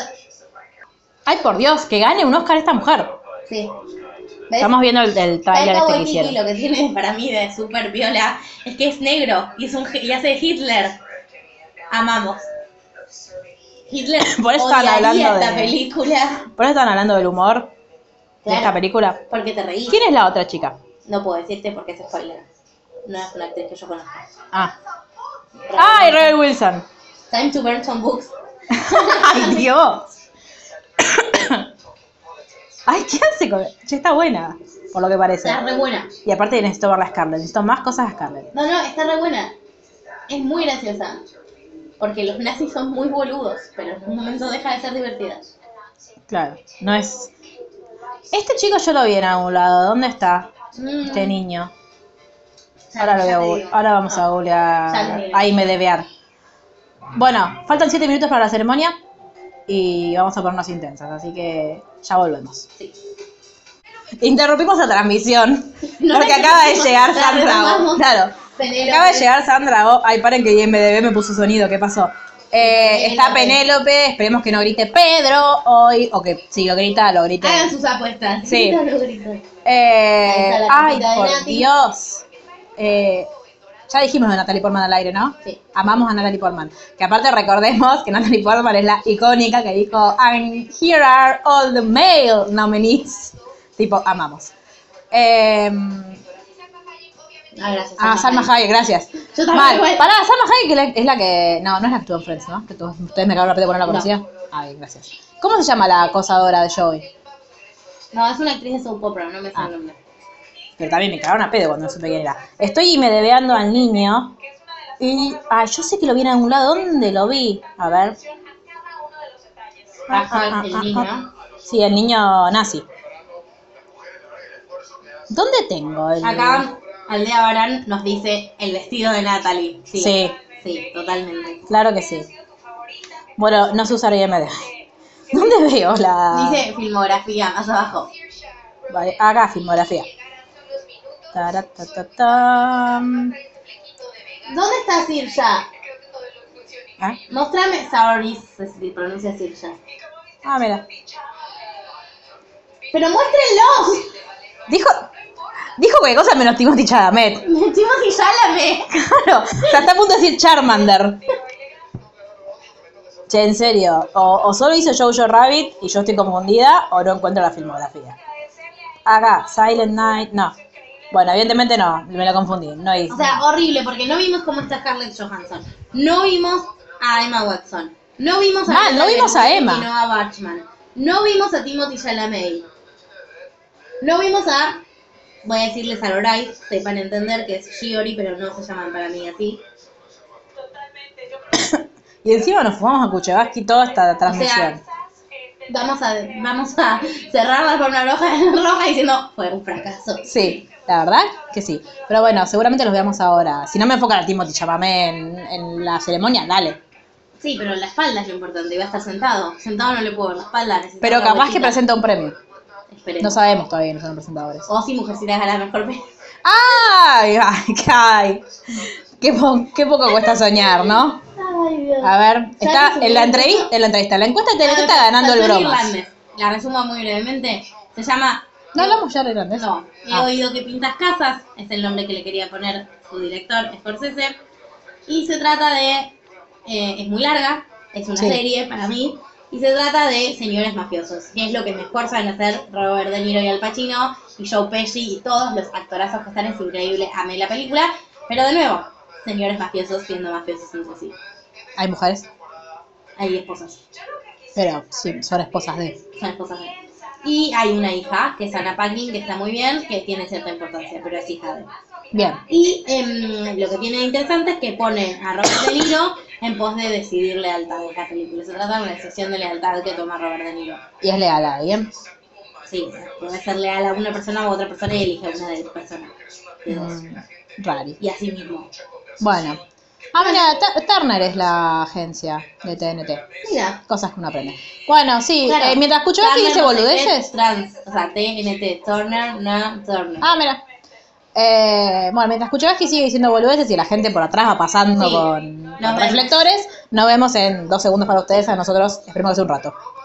A: Ay, por Dios, que gane un Oscar esta mujer.
B: Sí. ¿Ves?
A: Estamos viendo el, el trailer
B: Taika
A: este que
B: Waititi
A: hicieron.
B: lo que tiene para mí de super viola es que es negro y es un y hace de Hitler. Amamos. Hitler
A: Por eso estaban
B: odiaría
A: hablando
B: esta
A: de-
B: película.
A: Por eso están hablando del humor de
B: Claro.
A: esta película.
B: Porque te reí.
A: ¿Quién es la otra chica?
B: No puedo decirte porque es spoiler. No es una actriz que yo conozco.
A: Ah. ¡Ay, Rebel Wilson!
B: Time to burn some books.
A: ¡Ay, Dios! ¡Ay, qué hace con.? Che, está buena, por lo que parece.
B: Está re buena.
A: Y aparte necesito ver la Scarlett, necesito más cosas de Scarlett.
B: No, no, está re buena. Es muy graciosa. Porque los nazis son muy boludos, pero en un momento deja de ser divertida.
A: Claro, no es. Este chico yo lo vi en algún lado, ¿dónde está?
B: Mm.
A: Este niño.
B: Ya-
A: Ahora, lo voy a
B: ya te
A: googlear.
B: digo.
A: Ahora vamos
B: Ah.
A: a
B: Ya
A: googlear
B: te digo.
A: ahí me debear. Bueno, faltan 7 minutos para la ceremonia y vamos a ponernos intensas, así que ya volvemos.
B: Sí.
A: Interrumpimos la transmisión
B: No
A: porque
B: la
A: acaba de
B: interrumpimos,
A: llegar
B: la
A: Sandra. Oh.
B: retomamos.
A: Claro.
B: Penélope.
A: Acaba de llegar Sandra. Oh. Ay, paren que IMDB me puso sonido, ¿qué pasó? Eh, está
B: Penélope.
A: Penélope, esperemos que no grite Pedro hoy, o que si lo grita, lo grite.
B: Hagan sus apuestas.
A: Sí.
B: No lo griten. Ahí
A: Eh,
B: está la
A: ay,
B: cajita de
A: por
B: Nati.
A: Dios. Eh, ya dijimos de Natalie Portman al aire, ¿no?
B: Sí.
A: Amamos a Natalie Portman. Que aparte recordemos que Natalie Portman es la icónica que dijo, and here are all the male nominees. Tipo, amamos. Eh,
B: Ah, gracias.
A: a Salma Hayek, gracias.
B: Yo también,
A: Mal.
B: igual.
A: Pará, Salma Hayek que la- es la que... No, no es la que estuvo en Friends, ¿no? Que todos- ustedes me acabaron de poner la
B: No.
A: conocida. Ay, gracias. ¿Cómo se llama la acosadora de Joey?
B: No, es una actriz de soap opera, no me sé el nombre.
A: Pero también me cagaron a pedo cuando no supe quién era. Estoy medebeando al niño. Y. Ah, yo sé que lo vi en algún lado. ¿Dónde lo vi? A ver.
B: Ah, ah, el niño.
A: Sí, el niño nazi. ¿Dónde tengo el.?
B: Acá, Aldea Barán nos dice el vestido de Natalie. Sí.
A: Sí.
B: Sí, totalmente.
A: Claro que sí. Bueno, no sé usar IMDb. ¿Dónde veo la.?
B: Dice filmografía más abajo.
A: Vale, acá filmografía. Taratatatam.
B: ¿Dónde está Sirja?
A: ¿Ah?
B: Mostrame Sauris, si pronuncia Sirja.
A: ah, mira.
B: ¡Pero muéstrenlos!
A: Dijo. Dijo qué cosa menos Timothy Chalamet.
B: Timothy Chalamet.
A: Claro, o sea, está a punto de decir Charmander. Che, en serio, o, o solo hizo Jojo Rabbit y yo estoy confundida, o no encuentro la filmografía. Acá, Silent Night, no. Bueno, evidentemente no, me lo confundí, no hizo.
B: O sea, horrible, porque no vimos cómo está Scarlett Johansson. No vimos a Emma Watson. No vimos a
A: Mal, no
B: Natalie
A: vimos a
B: Portman
A: Emma.
B: Y no a Barchman. No vimos a Timothy Chalamet. No vimos a, voy a decirles a Loray, sepan entender que es Shiori, pero no se llaman para mí así.
A: Y encima nos fumamos a Kuchevaski toda esta
B: O
A: transmisión.
B: sea, vamos a, vamos a cerrar la forma roja, roja diciendo, fue un fracaso.
A: Sí, la verdad que sí. Pero bueno, seguramente los veamos ahora. Si no me enfocan a Timothy Chalamet en, en la ceremonia, dale.
B: Sí, pero la espalda es lo importante, iba a estar sentado. Sentado no le puedo ver la espalda. necesito
A: Pero
B: una
A: capaz que
B: vueltita.
A: presenta un premio.
B: Esperemos.
A: No sabemos todavía no son presentadores.
B: O si Mujercitas gana mejor pe-
A: ¡Ay! ¡Ay! ay! Qué, po- qué poco cuesta soñar, ¿no?
B: Ay, Dios.
A: A ver,
B: Ya
A: está
B: resumí
A: en la
B: esto. Ah,
A: entrevista, en la entrevista, la encuesta de
B: A
A: Telefe
B: ver,
A: está ganando el
B: Antonio
A: bromas.
B: Irlandes. La resumo muy brevemente. Se llama...
A: No hablamos ya de Irlandés.
B: No, he
A: Ah.
B: oído que pintas casas, es el nombre que le quería poner su director, Scorsese. Y se trata de... eh, es muy larga, es una
A: Sí.
B: serie para mí. Y se trata de señores mafiosos, que es lo que mejor saben hacer Robert De Niro y Al Pacino, y Joe Pesci y todos los actorazos que están en su increíble Amé la película. Pero de nuevo, señores mafiosos siendo mafiosos entre sí.
A: Hay mujeres,
B: Hay esposas.
A: pero sí, son esposas de.
B: Son esposas de- Y hay una hija, que es Anna Paquin, que está muy bien, que tiene cierta importancia, pero es hija de.
A: Bien.
B: Y em, lo que tiene de interesante es que pone a Robert De Niro en pos de decidir lealtad de esta película. Se trata de una decisión de lealtad que toma Robert De Niro.
A: Y es ¿eh? leal a alguien.
B: Sí, puede ser leal a una persona u otra persona y elige a una de las personas. de dos.
A: Mm, Rari.
B: Y así mismo.
A: Bueno. Ah, mira, T- Turner es la agencia de TNT.
B: Mira.
A: Cosas que uno aprende. Bueno, sí,
B: Claro.
A: eh, mientras escucho esto y dice
B: Turner, no sé qué,
A: boludeces.
B: Trans, o sea, TNT, Turner, na, Turner.
A: Ah, mira. Eh, bueno, mientras escucho que sigue diciendo boludeces y la gente por atrás va pasando
B: Sí.
A: con
B: Nos vemos.
A: reflectores, nos vemos en dos segundos para ustedes, a nosotros esperemos que sea un rato.